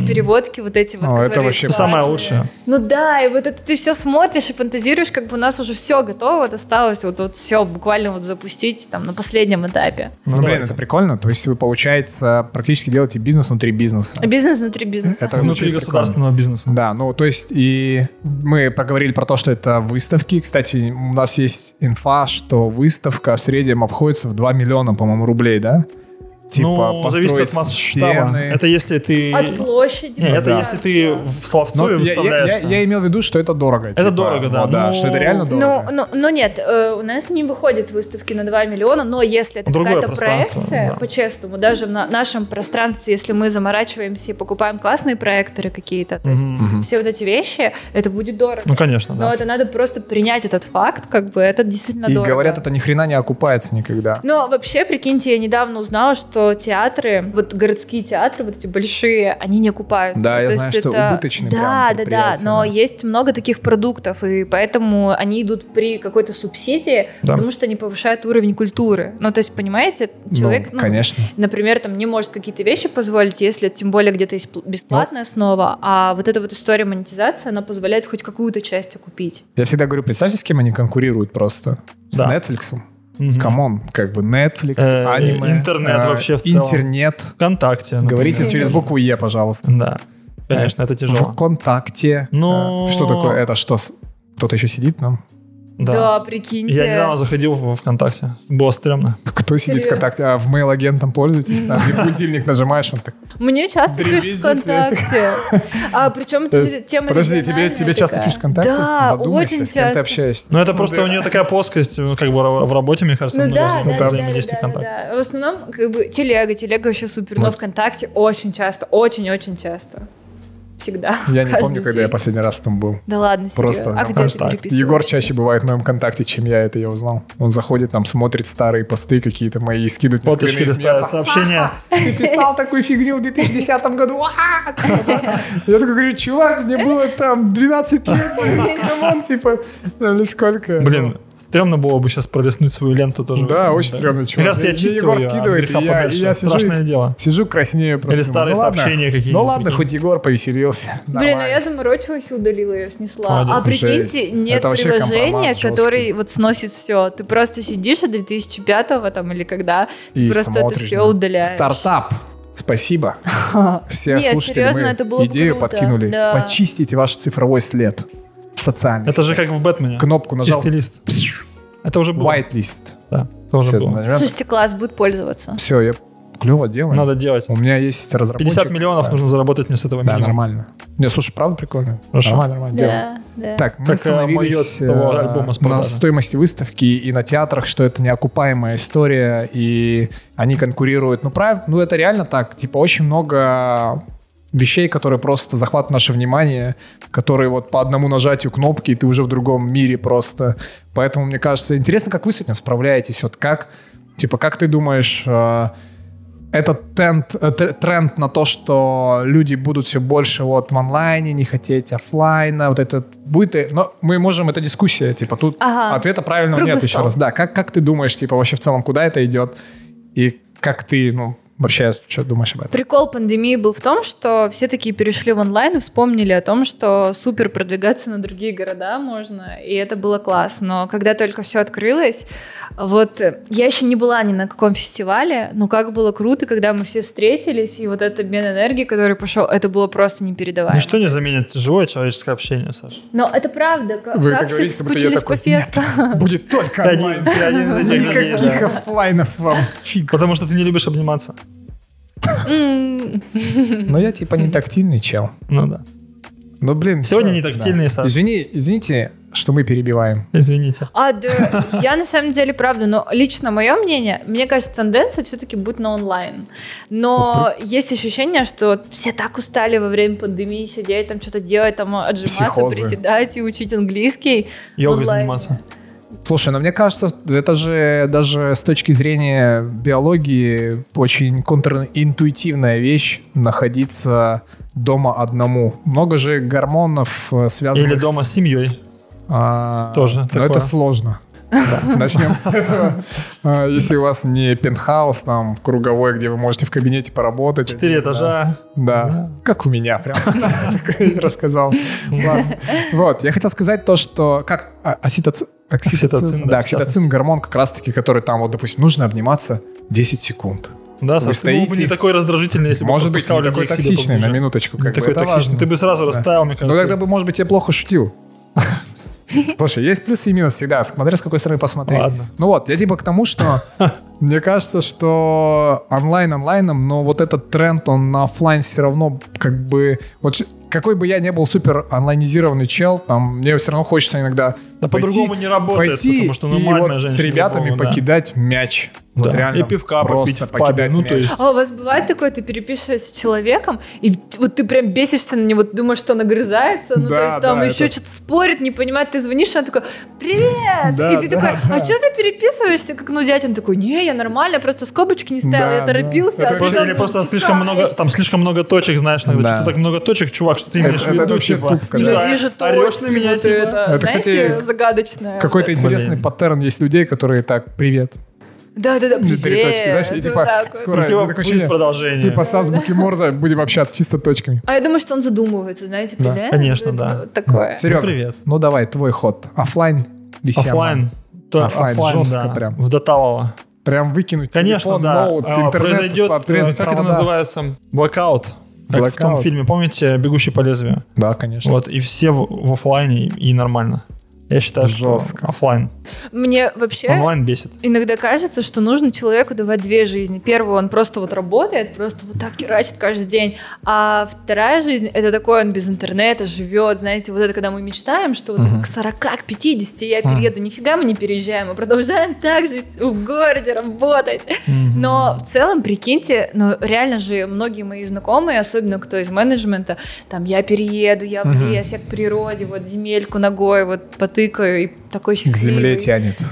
C: татушки-переводки, вот эти вот.
A: О, это
C: которые
A: вообще
B: Это самое
C: классные.
B: лучшее.
C: Ну да, и вот это ты все смотришь и фантазируешь, как бы у нас уже все готово, вот осталось вот, вот все буквально вот запустить там на последнем этапе.
A: Ну, блин, это прикольно. То есть вы, получается, практически делаете бизнес внутри бизнеса.
C: А Бизнес внутри бизнеса.
A: Это
B: Внутри
A: звучит прикольно.
B: государственного бизнеса.
A: Да, ну то есть и мы проговорили про то, что это выставки. Кстати, у нас есть инфа, что выставка в среднем обходится в 2 миллиона, по-моему, рублей, да? Типа
B: ну, зависит от
A: построить
B: масштаба.
A: стены.
B: Это если ты...
C: От площади.
B: Не, это
A: да.
B: если ты в Соловцове
A: Ну, я, я- я-
B: выставляешься.
A: я имел в виду, что это дорого.
B: Это дорого, да,
A: ну, да,
B: но-
A: что это реально
C: Ну,
A: дорого.
C: ну, ну нет, э, у нас не выходят выставки на 2 миллиона, но если это
B: Другое
C: какая-то
B: пространство,
C: проекция,
B: да.
C: по-честному, даже в на- нашем пространстве, если мы заморачиваемся и покупаем классные проекторы какие-то, то есть
A: Мгм.
C: все вот эти вещи, это будет дорого.
B: Ну, конечно,
C: Но
B: да.
C: это надо просто принять этот факт, как бы это действительно
A: И
C: ну, дорого.
A: говорят, это ни хрена не окупается никогда.
C: Но вообще, прикиньте, я недавно узнала, что театры, вот городские театры, вот эти большие, они не окупаются.
A: Да, я
C: То
A: знаю,
C: есть
A: что
C: это-
A: убыточные
C: Да,
A: прям
C: да, да,
A: предприятия,
C: но
A: да.
C: есть много таких продуктов, и поэтому они идут при какой-то субсидии,
B: Да.
C: потому что они повышают уровень культуры. Ну, то есть, понимаете, человек,
A: ну,
C: ну,
A: конечно.
C: например, там не может какие-то вещи позволить, если тем более где-то есть пл-
A: Ну.
C: бесплатная основа, а вот эта вот история монетизации, она позволяет хоть какую-то часть окупить.
A: Я всегда говорю, представьте, с кем они конкурируют просто. С
B: Да.
A: Netflix.
B: Мгм.
A: Камон, как бы Netflix,
B: Э,
A: аниме.
B: интернет
A: э,
B: вообще в целом.
A: Интернет.
B: ВКонтакте. например.
A: Говорите через букву Е, пожалуйста.
B: Да. Конечно, это тяжело.
A: ВКонтакте.
B: Но-
A: Э, Что такое? Это что? с- Кто-то еще сидит там?
B: Да.
C: прикиньте.
B: Я недавно заходил в ВКонтакте. Было стрёмно.
A: Кто сидит
C: Серьёзно?
A: ВКонтакте? А в мейл-агентом пользуетесь? Там где будильник нажимаешь, он так...
C: Мне часто
A: Дребезжит
C: пишут ВКонтакте. А причем
A: Э,
C: это тема
A: Подожди, тебе,
C: региональная
A: тебе часто
C: такая.
A: пишут ВКонтакте?
C: Да,
A: Задумайся,
C: очень
A: с кем ты
C: часто.
A: общаешься.
B: Но Ну, это просто у нее такая плоскость, ну, как бы в работе, мне кажется,
C: Ну
B: много
C: да, да,
B: вза-
C: да, да,
B: взаимодействий
C: да, да,
B: ВКонтакте.
C: да. В основном как бы телега, телега вообще супер, но ВКонтакте очень часто, очень-очень часто. Всегда.
A: Я не
C: Каждый
A: помню, когда я
C: день.
A: последний раз там был.
C: Да ладно, серьезно.
A: Просто там
C: а где ты
B: так.
C: переписываешься?
A: Егор чаще бывает в моем контакте, чем я, это я узнал. Он заходит, там смотрит старые посты какие-то мои и скидывает мне
B: Фоточки
A: скрины и
B: листаю,
A: смеется.
C: [laughs]
B: сообщения.
A: Ты писал такую фигню в 2010 году. А! Я такой говорю, чувак, мне было там 12 лет. Камон, типа, или
C: Ну.
A: сколько?
B: Блин, стрёмно было бы сейчас пролистнуть свою ленту тоже.
A: Да, очень стрёмно, чувак.
B: Мне кажется, я
A: Мне
B: чистил
A: Егор
B: её от
A: скидывает,
B: греха
A: и я-
B: подальше.
A: и я сижу и-
B: Страшное дело.
A: Ну, Сижу краснее просто.
B: Или старые
A: Ну ладно.
B: сообщения какие-нибудь,
A: Ну ладно,
B: прикинь.
A: хоть Егор повеселился.
C: Блин, а
A: Нормально.
C: я заморочилась и удалила ее, снесла.
B: Молодец.
C: а прикиньте,
A: Жесть.
C: нет
A: Это вообще
C: приложения,
A: компромат жесткий.
C: которое вот сносит все. Ты просто сидишь от 2005 там или когда, ты
A: И
C: просто это
A: смотришь,
C: все
A: да.
C: удаляешь.
A: Стартап.
C: [laughs]
A: Спасибо. Все
C: Не,
A: слушатели,
C: серьезно,
A: мы
C: это было бы
A: идею
C: круто.
A: подкинули.
C: Да.
A: Почистите ваш цифровой след. Социальный.
B: Это же как в Бэтмене.
A: Кнопку нажал.
B: Чистый лист. Это уже было.
A: White list.
B: Да, тоже было.
C: Слушайте, класс, будет пользоваться.
A: Все, я клево делаю.
B: Надо делать.
A: У меня есть разработчик.
B: 50 миллионов
A: Да.
B: нужно заработать мне с этого
A: Да,
B: минимум.
A: нормально. Не, слушай, правда прикольно?
B: Хорошо.
A: Нормально, нормально. делаем.
C: Да, да.
A: Так, мы
B: Как, э, моё
A: остановились
B: с того
A: э,
B: альбома с
A: на
B: продажи.
A: стоимости выставки и на театрах, что это неокупаемая история, и они конкурируют. Ну, прав, ну это реально так. Типа очень много вещей, которые просто захватывают наше внимание, которые вот по одному нажатию кнопки, и ты уже в другом мире просто. Поэтому, мне кажется, интересно, как вы с этим справляетесь. Вот как, типа, как ты думаешь, э, этот тренд, э, тр- тренд на то, что люди будут все больше вот в онлайне, не хотеть офлайна, вот это будет... и- Но мы можем, это дискуссия, типа тут
C: Ага.
A: ответа правильного
C: Круглый
A: нет еще
C: стол.
A: раз. Да, как, как ты думаешь, типа вообще в целом, куда это идет? И как ты, ну, вообще, что думаешь об этом?
C: Прикол пандемии был в том, что все такие перешли в онлайн и вспомнили о том, что супер продвигаться на другие города можно, и это было класс. Но когда только все открылось, вот э, я еще не была ни на каком фестивале, но как было круто, когда мы все встретились, и вот этот обмен энергии, который пошел, это было просто непередаваемо.
B: Ничто не заменит живое человеческое общение, Саша.
C: Но это правда, как,
A: Вы
C: как
A: это
C: все
A: говорите, как будто я
C: соскучились по
A: такой,
C: фесту.
A: [laughs] «Нет, будет только
B: Ты один,
A: онлайн.
B: ты один из этих людей,
A: Никаких
B: да.
A: офлайнов
C: [laughs]
A: вам. Фиг.
B: Потому что ты не любишь обниматься.
C: М,
A: Но я типа не тактильный чел.
B: Ну да.
A: Ну, блин.
B: Сегодня
A: всё,
B: не тактильный,
A: да.
B: Саш.
A: Извини, извините, что мы перебиваем.
B: Извините.
C: А, да, я на самом деле правда, но лично мое мнение, мне кажется, тенденция все-таки будет на онлайн. Но есть ощущение, что все так устали во время пандемии сидеть, там что-то делать, там отжиматься,
A: Психозы.
C: приседать и учить английский.
B: Йогой
C: онлайн.
B: заниматься.
A: Слушай, но мне кажется, это же даже с точки зрения биологии очень контринтуитивная вещь находиться дома одному. Много же гормонов э, связанных
B: Или
A: с-
B: дома с семьей.
A: А,
B: Тоже
A: Но
B: такое.
A: это сложно. Да, Начнем с
B: [laughs]
A: этого. А, Если у вас не пентхаус, там, круговой, где вы можете в кабинете поработать.
B: Четыре
A: Да.
B: этажа.
A: Да. Как у меня [laughs] прям. Такой я Рассказал. Ладно. Вот, я хотел сказать то, что как а- оситоци- окситоцин,
B: Окситоцин,
A: да,
B: да, в
A: окситоцин, гормон как раз-таки, который там, вот, допустим, нужно обниматься 10 секунд.
B: Да, Саш, ты был бы
A: стоите.
B: не такой раздражительный, если бы
A: Может быть,
B: подпускал
A: не такой
B: людей к себе
A: токсичный, на
B: поближе.
A: минуточку.
B: Не
A: как бы,
B: такой
A: это
B: токсичный.
A: важно.
B: Ты бы сразу
A: Да.
B: расставил, мне
A: Ну,
B: кажется.
A: тогда бы, может быть, я плохо
B: [laughs]
A: шутил. Слушай, есть плюсы и минусы всегда, смотря с какой стороны посмотреть.
B: Ладно.
A: Ну вот, я типа к тому,
B: [laughs]
A: что мне кажется, что онлайн онлайном, но вот этот тренд, он на оффлайн все равно как бы... Вот щ- какой бы я не был супер онлайнизированный чел, там мне все равно хочется иногда
B: Да
A: пойти-
B: по-другому не работает,
A: пойти
B: потому что
A: и
B: нормальная
A: вот с
B: женщина
A: ребятами
B: по-другому, да.
A: покидать мяч. Вот
B: Да.
A: реально
B: И пивка попить
A: просто
B: в пабе.
A: покидать
B: Ну,
A: мяч.
B: то есть,
C: А у вас бывает такое, ты переписываешься с человеком, и т- вот ты прям бесишься на него, ты думаешь, что он огрызается, ну
A: Да,
C: то есть там
A: да,
C: еще
A: это-
C: что-то спорит, не понимает, ты звонишь, и он такой, привет!
A: Да,
C: и ты
A: да,
C: такой, а
A: да.
C: что ты переписываешься, как нудять? Он такой, не, я нормально, просто скобочки не ставил,
A: Да,
C: я
A: да.
C: торопился.
A: Это
C: а ты
A: вообще-
C: там
B: Или просто
C: уже
B: слишком
C: текаешь».
B: много, там слишком много точек, знаешь, иногда,
A: Да.
B: что так много точек, чувак, что ты имеешь в
A: это
B: виду,
A: вообще
B: типа,
A: тупка,
B: не
A: да.
B: знаю,
C: Ненавижу
B: орешь
C: точки,
B: на меня,
C: вот
B: типа,
C: это,
A: Это,
C: знаете,
A: кстати,
C: загадочное.
A: Какой-то
B: Блин.
A: интересный паттерн есть людей, которые так, привет.
C: Да, да, да.
A: Три точки, знаешь, и типа, скоро-
B: у тебя
A: Правильно, такое
B: будет
A: ощущение.
B: продолжение.
A: Типа с азбуки Морзе будем общаться чисто точками.
C: А я думаю, что он задумывается, знаете,
A: Да,
C: «Привет».
B: конечно,
C: Вот
B: да.
C: Такое.
A: Серега,
B: привет.
A: ну давай, твой ход. Оффлайн висяма.
B: оффлайн. То-
A: Оффлайн,
B: оффлайн,
A: жестко
B: да,
A: прям.
B: В Доталово.
A: Прям выкинуть
B: Конечно,
A: телефон,
B: да.
A: ноут,
B: А,
A: интернет, типа,
B: Произойдет, э,
A: отрезать
B: как это
A: провода.
B: называется, блокаут. Как в том
A: Blackout.
B: фильме, помните, «Бегущий по лезвию»?
A: Да, конечно.
B: Вот, и все в, в оффлайне, и, и нормально. Я считаю,
A: Жестко.
B: что оффлайн.
C: Мне вообще...
B: Онлайн бесит.
C: Иногда кажется, что нужно человеку давать две жизни. Первую, он просто вот работает, просто вот так херачит каждый день. А вторая жизнь, это такой он без интернета живет, знаете, вот это когда мы мечтаем, что вот к 40, к 50 я перееду. Нифига мы не переезжаем, мы продолжаем так же с- в городе работать. Но в целом, прикиньте, ну реально же многие мои знакомые, особенно кто из менеджмента, там я перееду, я в
A: Мгм.
C: лес, я к природе, вот земельку ногой вот потыкаю и такой
A: К земле
C: счастливый.
A: тянет,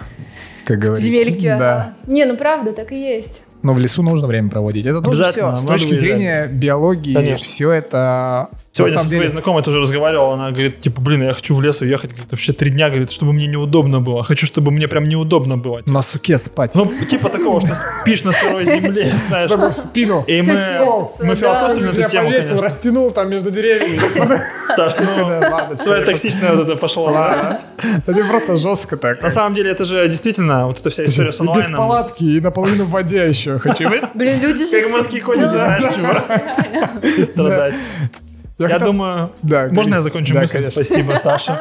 A: как говорится.
C: Земельки.
A: Да.
C: Не, ну правда, так и есть.
A: Но в лесу нужно время проводить. Это тоже все.
B: Обязательно,
A: С
B: надо
A: точки
B: выезжать.
A: зрения биологии,
B: Конечно.
A: все это...
B: Сегодня
A: на
B: со
A: самом
B: своей
A: деле,
B: знакомой тоже разговаривал, она говорит, типа, блин, я хочу в лес уехать, говорит, вообще три дня, говорит, чтобы мне неудобно было, хочу, чтобы мне прям неудобно было.
A: на суке спать.
B: Ну, типа такого, что спишь на сырой земле,
A: [laughs]
B: знаешь.
A: чтобы в спину.
B: И мы,
C: Секс-колется,
B: мы
C: да.
B: философствовали на
A: Я
B: эту тему,
A: повесил, [laughs]
B: конечно.
A: растянул там между
B: [laughs]
A: деревьями.
B: Саш, ну,
A: Ладно, всё,
B: твоя
A: я
B: токсичная вот это пошла.
A: просто- Это просто жестко так.
B: На самом деле, это же действительно, вот эта вся история с
A: И без
B: онлайном.
A: палатки, и наполовину в воде еще. Хочу.
C: Блин, люди же...
B: Как морские кони,
C: Да.
B: знаешь, чего? И страдать. Я
A: хотел
B: думаю,
A: Да,
B: можно
A: конечно.
B: я закончу
A: Да,
B: мысль?
A: конечно.
B: Спасибо, Саша.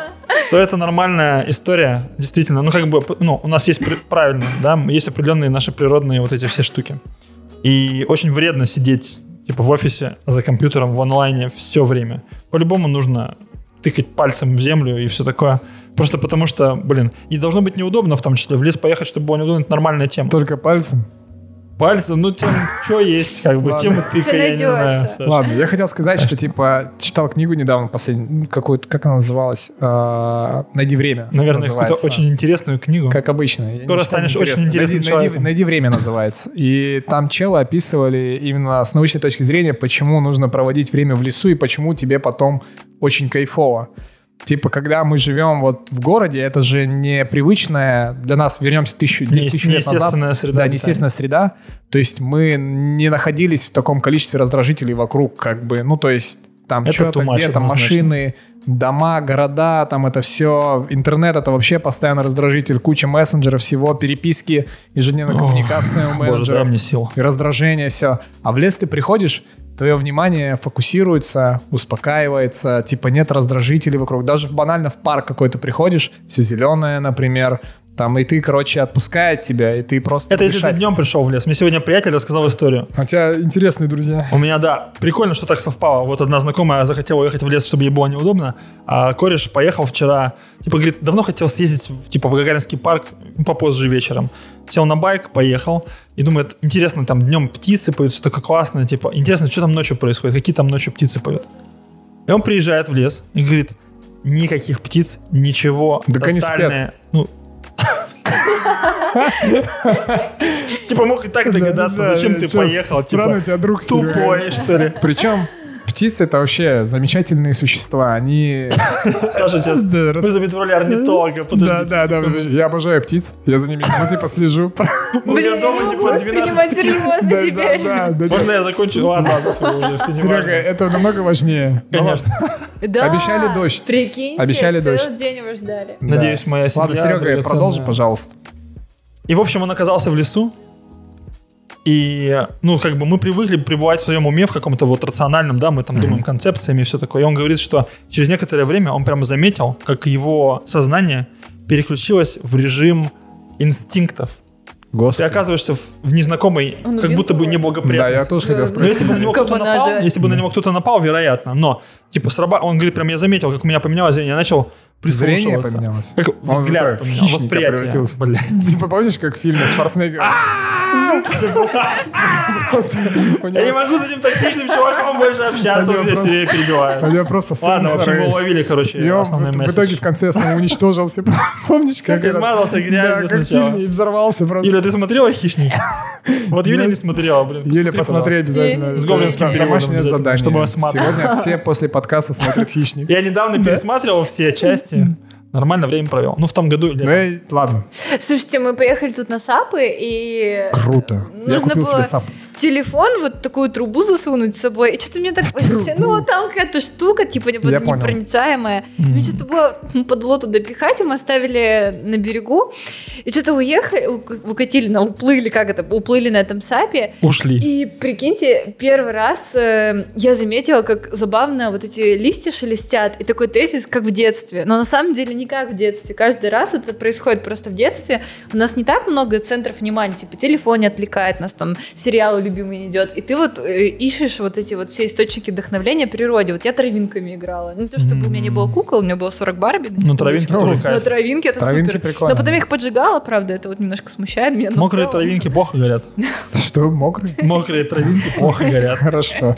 B: То это нормальная история, действительно. Ну, как бы, ну, у нас есть пр- правильно, да, есть определенные наши природные вот эти все штуки. И очень вредно сидеть, типа, в офисе за компьютером, в онлайне все время. По-любому нужно тыкать пальцем в землю и все такое. Просто потому что, блин, и должно быть неудобно в том числе. В лес поехать, чтобы было неудобно, это нормальная тема.
A: Только пальцем.
B: Пальцем, ну, там, что есть, как бы,
A: Ладно.
B: тему тыкай, я не
C: найдётся.
B: знаю. Саш.
A: Ладно, я хотел сказать, что типа читал книгу недавно последнюю, ну, какую-то, как она называлась? А, Найди время.
B: Наверное, какую-то
A: называется.
B: очень интересную книгу.
A: Как обычно. я не
B: Скоро
A: читал,
B: станешь
A: неинтересно.
B: очень
A: найди,
B: интересным
A: найди,
B: человеком.
A: «Найди время называется. И там челы описывали именно с научной точки зрения, почему нужно проводить время в лесу и почему тебе потом очень кайфово. Типа, когда мы живем вот в городе, это же непривычное для нас, вернемся тысячу, 10 тысяч лет назад.
B: Неестественная
A: Да,
B: среда обитания.
A: неестественная среда. То есть мы не находились в таком количестве раздражителей вокруг, как бы, ну, то есть там
B: Это
A: что-то,
B: too much,
A: где-то
B: однозначно.
A: машины, дома, города, там это все, интернет это вообще постоянно раздражитель, куча мессенджеров всего, переписки, ежедневная
B: Ох,
A: коммуникация у
B: Боже, дай
A: менеджеров,
B: мне сил.
A: и раздражение, все. А в лес ты приходишь, твое внимание фокусируется, успокаивается, типа нет раздражителей вокруг. Даже в- банально в парк какой-то приходишь, все зеленое, например, Там и ты, короче, отпускает тебя, и ты просто...
B: Это если ты
A: решаешь.
B: днем пришел в лес. Мне сегодня приятель рассказал историю.
A: У А тебя интересные друзья.
B: У меня, да, прикольно, что так совпало. Вот одна знакомая захотела уехать в лес, чтобы ей было неудобно, а кореш поехал вчера, типа, говорит, давно хотел съездить, в, типа, в Гагаринский парк ну, попозже вечером. Сел на байк, поехал, и думает, интересно, там днем птицы поют, все такое классное, типа, интересно, что там ночью происходит, какие там ночью птицы поют. И он приезжает в лес и говорит, никаких птиц, ничего,
A: Так они
B: тотальное, ну, Типа мог и так догадаться,
A: Да,
B: зачем
A: да,
B: ты
A: чё,
B: поехал.
A: Странный
B: Типа,
A: у тебя друг, Серега. [laughs]
B: тупой, что ли.
A: Причем птицы это вообще замечательные существа.
B: [laughs]
A: Они...
B: Саша сейчас
A: Да, [laughs] раз-
B: вызовет в роли
A: Да,
B: орнитолога. Подождите.
A: да,
B: типа.
A: да. Я обожаю птиц. Я за ними, ну, типа, слежу.
B: У меня дома типа 12
C: воспринимать
B: птиц.
C: серьезно
A: Да, да,
C: теперь.
A: да, да,
B: Можно
A: да.
B: я закончу? Ладно, ладно, всё, уже всё, не
A: Серега,
B: важно.
A: это намного важнее. Ну, ладно.
B: Конечно.
C: Да.
A: Обещали дождь.
C: Прикиньте,
A: Обещали
C: целый
A: дождь.
C: день его ждали.
A: Да.
B: Надеюсь, моя семья
A: Ладно, Серега,
B: драгоценная.
A: продолжи, пожалуйста.
B: И, в общем, он оказался в лесу. И, ну, как бы мы привыкли пребывать в своем уме в каком-то вот рациональном, да, мы там думаем концепциями и все такое. И он говорит, что через некоторое время он прямо заметил, как его сознание переключилось в режим инстинктов. Ты
A: Господи.
B: оказываешься в, в незнакомой,
C: Он
B: как
C: убил
B: будто бы
A: Да,
C: кого-то?
A: я
B: неблагоприятности.
A: тоже хотел
C: Да,
B: Ну,
A: спросить.
B: если бы на него кто-то
C: Кабана
B: напал,
C: же.
B: если бы на него кто-то напал, вероятно, но типа сраба, он говорит, прям я заметил, как у меня поменялось зрение, я начал прислушиваться.
A: Зрение поменялось.
B: Как взгляд
A: в
B: поменял,
A: хищника
B: восприятие.
A: превратился.
B: Блядь.
A: [laughs] Типа помнишь, как в фильме
B: [laughs]
A: Шварценеггер? Просто у
B: А! Я не
A: него-
B: могу с этим токсичным чуваком больше общаться,
A: Понял,
B: он меня все
A: просто.
B: время
A: у
B: перебивает.
A: него просто сын
B: Ладно, в общем,
A: сырой.
B: мы уловили,
A: И
B: короче,
A: он
B: основной
A: в, в итоге
B: месседж.
A: в конце самоуничтожился. [laughs] Помнишь, как этот-
B: Измазался
A: Да,
B: грязью
A: как в
B: сначала.
A: фильме, и взорвался просто.
B: Юля, ты
A: [laughs]
B: смотрела «Хищник»? Вот Юля
A: Я-
B: не смотрела, блин.
A: Юля, посмотри
B: посмотри, пожалуйста.
A: обязательно.
B: С гоблинским
A: Это
B: переводом
A: Домашнее
B: обязательно,
A: задание.
B: чтобы осматривать. [laughs]
A: Сегодня все после подкаста смотрят «Хищник».
B: Я недавно пересматривал все части. Нормально время провел. Ну, в том году
A: Ну,
B: летом.
A: и ладно.
C: Слушайте, мы поехали тут на сапы и...
A: Круто. Я
C: Нужно
A: купил
C: было-
A: себе сап.
C: телефон, вот такую трубу засунуть с собой, и что-то мне так вообще, ну там какая-то штука, типа вот
A: Я понял.
C: непроницаемая. Мне что-то было подло туда пихать, и мы оставили на берегу, и что-то уехали, у- укатили, на уплыли, как это, уплыли на этом сапе,
B: Ушли.
C: и прикиньте, первый раз э, я заметила, как забавно вот эти листья шелестят, и такой тезис, как в детстве. Но на самом деле не как в детстве. Каждый раз это происходит просто в детстве. У нас не так много центров внимания, типа телефон не отвлекает нас, там сериалы любимые идет. И ты вот э, ищешь вот эти вот все источники вдохновления в природе. Вот я травинками играла. Не то чтобы у меня не было кукол, у меня было 40 барби. на
B: Ну, травинки
C: секундочку.
B: тоже
A: Ну,
C: Но
B: кайф.
C: травинки это
A: Травинки
C: супер.
A: прикольно.
C: Но потом я их поджигала, правда, это вот немножко смущает меня. но в
B: Мокрые
C: целом-
B: травинки плохо горят.
A: Что, мокрый?
B: Мокрые травинки плохо горят.
A: Хорошо.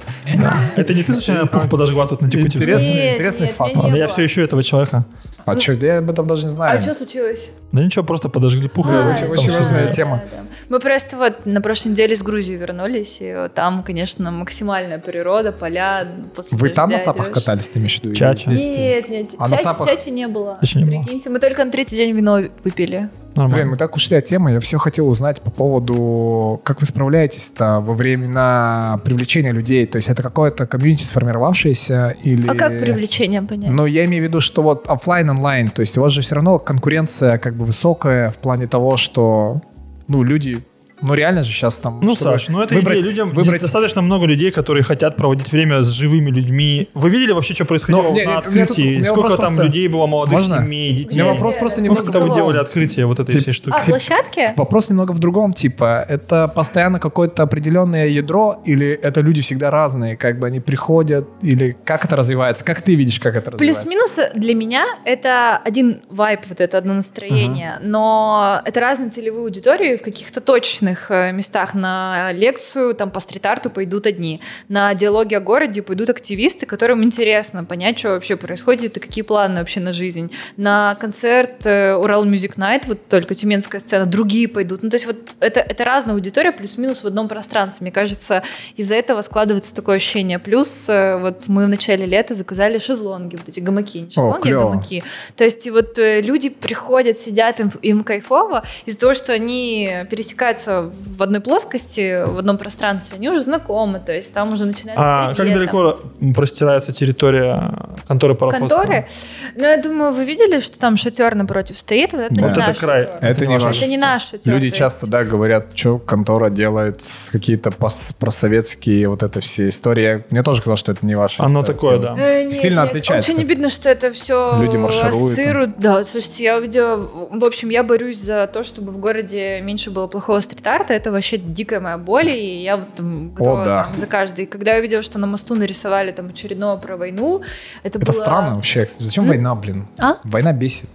B: Это не ты случайно пух подожгла тут на Текутевской?
A: Интересный,
C: Нет,
A: интересный
C: нет,
A: факт.
C: я не-
B: Ладно, я все ищу этого человека.
A: А что, я об этом даже не
C: А
A: знаю.
C: что случилось? А,
B: Да ничего, просто подожгли пух.
A: Да,
B: и
A: очень-
B: там
A: очень
B: всё.
A: важная
C: да,
A: тема.
C: да, да. Мы просто вот на прошлой неделе из Грузии вернулись, и вот там, конечно, максимальная природа, поля. после
A: Вы там на
C: дождя
A: сапах
C: идёшь.
A: катались, ты имеешь в виду? или
B: Чача.
A: здесь?
C: Нет, нет,
A: А на
C: ча-
A: сапах?
C: чачи не было.
B: Точно не было.
C: Прикиньте, мы только на третий день вино выпили.
A: Блин,
B: Нормально.
A: мы так ушли от темы. Я все хотел узнать по поводу, как вы справляетесь-то во времена привлечения людей. То есть это какое-то комьюнити сформировавшееся или...
C: А как привлечение понять?
A: Ну, я имею в виду, что вот оффлайн онлайн, то есть у вас же все равно конкуренция как бы высокая в плане того, что, ну, люди, ну, реально же сейчас там...
B: Ну,
A: чтобы
B: Саш, ну это
A: выбрать,
B: идея. Людям
A: выбрать...
B: достаточно много людей, которые хотят проводить время с живыми людьми. Вы видели вообще, что происходило
A: Ну, не, не, у меня
B: на
A: тут- у
B: открытии?
A: меня
B: Сколько
A: вопрос
B: там
A: просто-
B: людей было, молодых
A: Можно?
B: семей,
A: У
B: детей?
A: меня вопрос просто
B: Ну,
A: немного...
B: когда вы
A: в
B: делали открытие вот этой
A: Тип-
B: всей штуки.
C: а, площадке?
A: Вопрос немного в другом, типа, это постоянно какое-то определенное ядро, или это люди всегда разные, как бы они приходят, или как это развивается, как ты видишь, как это развивается?
C: Плюс-минус для меня это один вайп, вот это одно настроение, но это разные целевые аудитории в каких-то точечных э, местах. На лекцию там по стрит-арту пойдут одни, на диалоги о городе пойдут активисты, которым интересно понять, что вообще происходит и какие планы вообще на жизнь. На концерт э, Урал Music Night, вот только тюменская сцена, другие пойдут. Ну, то есть вот это, это разная аудитория, плюс-минус в одном пространстве. Мне кажется, из-за этого складывается такое ощущение. Плюс э, вот мы в начале лета заказали шезлонги, вот эти гамаки, не шезлонги, а
A: клёво.
C: гамаки. То есть и вот э, люди приходят, сидят, им, им кайфово, из-за того, что они пересекаются в одной плоскости, в одном пространстве, они уже знакомы, то есть там уже начинается
B: А как далеко простирается территория конторы пароходства.
C: Конторы? Ну, я думаю, вы видели, что там шатер напротив стоит? Вот это
A: Да.
C: не
B: Вот это
C: наш.
B: край.
A: Это не
B: Это
A: ваш.
C: Это не наш шатер.
A: Люди
C: то есть.
A: часто, да, говорят, что контора делает с- какие-то пос- просоветские вот это все истории. Мне тоже казалось, что это не ваше.
B: Оно такое, да.
C: Э, нет,
A: Сильно
C: нет,
A: отличается.
C: Очень обидно, что это все
A: Люди маршируют.
C: Да, слушайте, я увидела... В общем, я борюсь за то, чтобы в городе меньше было плохого стрит-арта. Это вообще дикая моя боль, и я вот там готова
A: да.
C: там за каждый. Когда я увидела, что на мосту нарисовали там очередного про войну, это,
A: Это
C: было...
A: странно вообще. кстати. Зачем война, блин?
C: А?
A: Война бесит.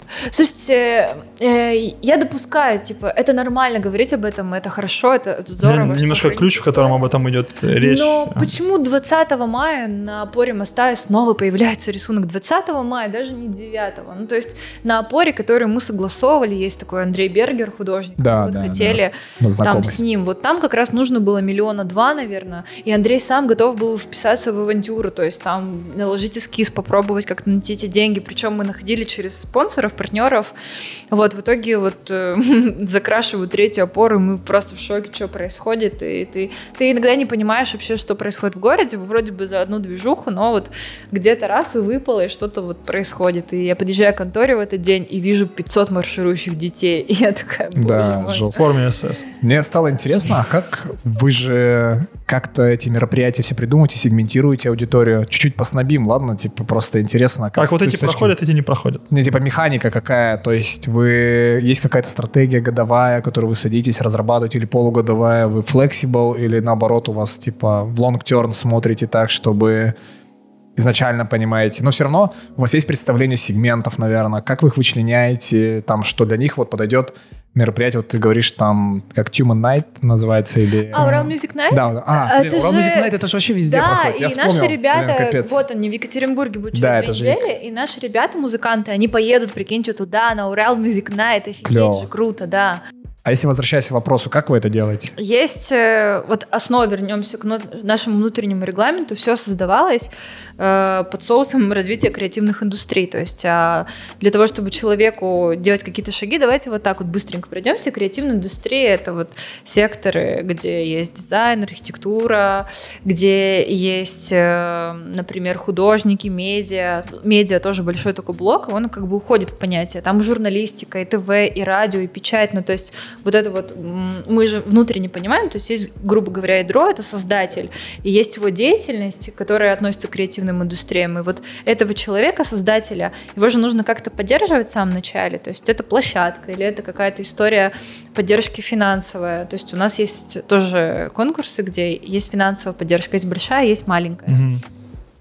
C: Слушайте, э, я допускаю, типа, это нормально говорить об этом, это хорошо, это, это здорово.
B: Нем-
C: что Ну,
B: Немножко
C: про-
B: ключ, в котором об этом идет речь. А.
C: Но почему 20 мая на опоре моста снова появляется рисунок 20 мая, даже не 9? Ну, то есть на опоре, который мы согласовывали, есть такой Андрей Бергер, художник,
A: Да,
C: мы вот
A: да,
C: хотели
A: Мы
C: там
A: знакомы.
C: с ним. Вот там как раз нужно было миллиона два, наверное, и Андрей сам готов был вписаться в авантюру, то есть там наложить эскиз, попробовать как-то найти эти деньги, причем мы находили через спонсоров, партнеров, вот в итоге вот э, [laughs] закрашивают третью опору, и мы просто в шоке, что происходит, и ты, ты иногда не понимаешь вообще, что происходит в городе, вроде бы за одну движуху, но вот где-то раз и выпало, и что-то вот происходит, и я подъезжаю к конторе в этот день и вижу 500 марширующих детей, [laughs] и я такая, боже
A: Да,
C: мой.
B: В
A: жестко.
B: форме СС.
A: Мне стало интересно, а как вы же как-то эти мероприятия все придумываете, сегментируете аудиторию? Чуть-чуть поснобим, ладно? Типа просто интересно. а
B: Как
A: с
B: вот
A: той
B: эти
A: точки-
B: проходят, эти не проходят.
A: Не, типа механика какая, то есть вы есть какая-то стратегия годовая, которую вы садитесь разрабатывать, или полугодовая, вы flexible, или наоборот у вас типа в long term смотрите так, чтобы изначально понимаете, но все равно у вас есть представление сегментов, наверное, как вы их вычленяете, там, что для них вот подойдет мероприятие, вот ты говоришь там, как Human Night называется, или...
C: А, Урал Music Night?
A: Э, Да, а,
C: А,
A: блин,
C: это
A: Урал
C: же-
A: Music Night, это же вообще везде
C: Да,
A: проходит, я
C: и наши
A: вспомнил.
C: ребята,
A: Блин, капец.
C: вот они в Екатеринбурге будут через
A: Да,
C: две
A: это же
C: недели, и наши ребята, музыканты, они поедут, прикиньте, туда, на Урал Music Night, офигеть
A: Клёво.
C: же, круто, да.
A: А если возвращаясь к вопросу, как вы это делаете?
C: Есть, э, вот основа, вернемся к но- нашему внутреннему регламенту, все создавалось э, под соусом развития креативных индустрий, то есть а, для того, чтобы человеку делать какие-то шаги, давайте вот так вот быстренько пройдемся. Креативная индустрия — это вот секторы, где есть дизайн, архитектура, где есть, э, например, художники, медиа. Медиа тоже большой такой блок, и он как бы уходит в понятие. Там и журналистика, и ТВ, и радио, и печать. Ну, то есть вот это вот м, мы же внутренне понимаем, то есть есть, грубо говоря, ядро, это создатель, и есть его деятельность, которая относится к креативным индустриям. И вот этого человека, создателя, его же нужно как-то поддерживать в самом начале. То есть это площадка или это какая-то история поддержки финансовая. То есть у нас есть тоже конкурсы, где есть финансовая поддержка, есть большая, есть маленькая.
B: Мгм.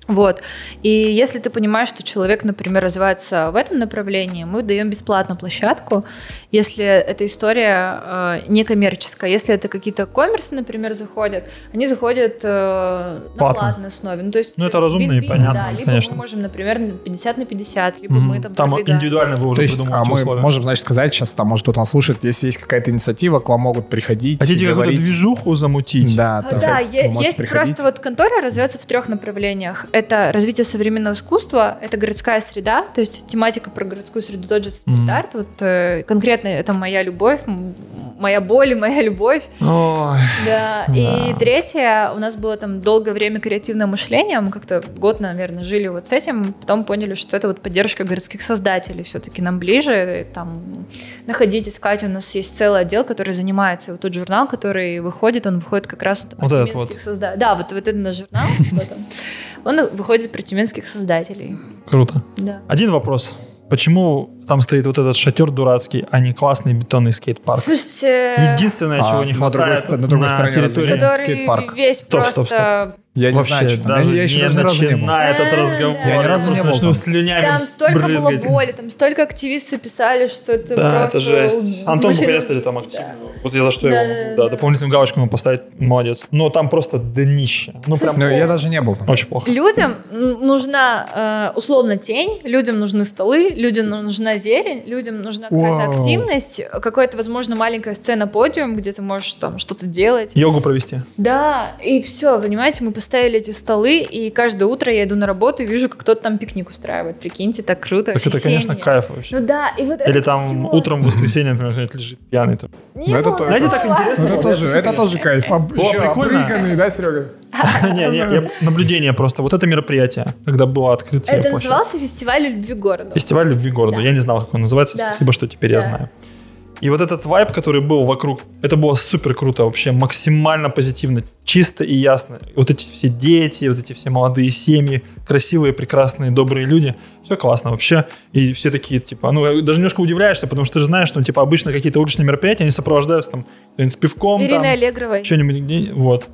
C: Вот. И если ты понимаешь, что человек, например, развивается в этом направлении, мы даем бесплатно площадку, если эта история э, не коммерческая. Если это какие-то коммерсы, например, заходят, они заходят э, на
B: Платно.
C: платной основе. Ну, то есть
B: Ну, это разумно и
C: win-win,
B: понятно,
C: да. либо
B: конечно.
C: мы можем, например, на 50 на 50, либо мы
B: Мгм.
C: там,
B: Там
C: продвигаем.
B: индивидуально вы
A: То
B: уже
A: есть, а
B: придумываете
A: мы
B: условия.
A: можем, значит, сказать сейчас, там, может, кто-то нас слушает, если есть какая-то инициатива, к вам могут приходить.
B: Хотите какую-то
A: говорить.
B: движуху замутить?
A: Да,
C: А,
A: там,
C: да,
A: может
C: е- есть
A: приходить.
C: просто вот контора развивается в трех направлениях. Это развитие современного искусства, это городская среда, то есть тематика про городскую среду, тот же стрит-арт. Вот э, конкретно это моя любовь, м- моя боль, [laughs] и моя любовь.
B: Ой.
C: Да. И
B: Да.
C: третье, у нас было там долгое время креативное мышление, мы как-то год, наверное, жили вот с этим, потом поняли, что это вот поддержка городских создателей все-таки нам ближе, и там находить, искать. У нас есть целый отдел, который занимается, И вот тот журнал, который выходит, он выходит как раз вот,
B: Вот
C: про
B: этот
C: тюменских
B: вот.
C: созда- Да, вот, вот этот наш
B: [laughs]
C: журнал, вот он. он выходит про тюменских создателей.
B: Круто.
C: Да.
B: Один вопрос. Почему там стоит вот этот шатер дурацкий, а не классный бетонный скейт-парк?
C: Слушайте,
B: Единственное,
A: А,
B: чего не
A: на другой
B: хватает
A: ст- на другой стороне разве
B: территории...
A: нет?
C: который
A: скейт-парк.
C: весь
B: Стоп,
C: просто...
B: стоп,
A: Я не
B: Вообще
A: знаю, что там.
B: даже
A: Я- я еще
B: не
A: даже ни разу не был.
B: начинай этот
C: Да,
B: разговор.
C: да. Я ни разу не
B: Просто
A: был
B: начну
A: там.
B: слюнями
C: Там столько
B: брызгать.
C: было боли, там столько активистов писали, что это
B: Да,
C: просто... ну,
B: это жесть. Антон
C: мужчина-
B: Буферестель там активно. Вот я за что
C: Да,
B: его
C: да,
B: да,
C: да.
B: дополнительную галочку ему поставить. Молодец. Но там просто днище. Ну, прям
A: Ну, я
B: плохо.
A: даже не был там.
B: очень плохо.
C: Людям н- нужна э, условно тень, людям нужны столы, людям нужна зелень, людям нужна какая-то
A: Вау.
C: активность, какая-то, возможно, маленькая сцена подиум, где ты можешь там что-то делать.
B: Йогу провести.
C: Да, и все, понимаете, мы поставили эти столы, и каждое утро я иду на работу и вижу, как кто-то там пикник устраивает. Прикиньте, так круто.
B: Так это, конечно,
C: весенне.
B: кайф вообще.
C: Ну да, и вот
B: Или
C: это
B: там
C: всё.
B: утром в воскресенье, например, кто-нибудь лежит пьяный. там. [laughs]
C: Не
A: Ну это
C: было
A: то-
B: Знаете, так
C: такого.
B: интересно.
A: Ну, Это тоже, это тоже кайф. Об-
B: Было
A: еще
B: прикольно.
A: обрыганный, да, Серега?
B: Не, не, я- наблюдение просто. Вот это мероприятие, когда было открытие.
C: Это
B: площади.
C: назывался фестиваль любви города.
B: Фестиваль любви к городу.
C: Да.
B: Я не знал, как он называется.
C: Да.
B: Спасибо, что теперь я
C: Да.
B: знаю. И вот этот вайб, который был вокруг, это было супер круто вообще, максимально позитивно, чисто и ясно. Вот эти все дети, вот эти все молодые семьи, красивые, прекрасные, добрые люди. Все классно вообще. И все такие, типа, ну, даже немножко удивляешься, потому что ты же знаешь, что, типа, обычно какие-то уличные мероприятия, они сопровождаются там, с пивком,
C: Ириной
B: там,
C: Аллегровой.
B: что-нибудь, где- вот.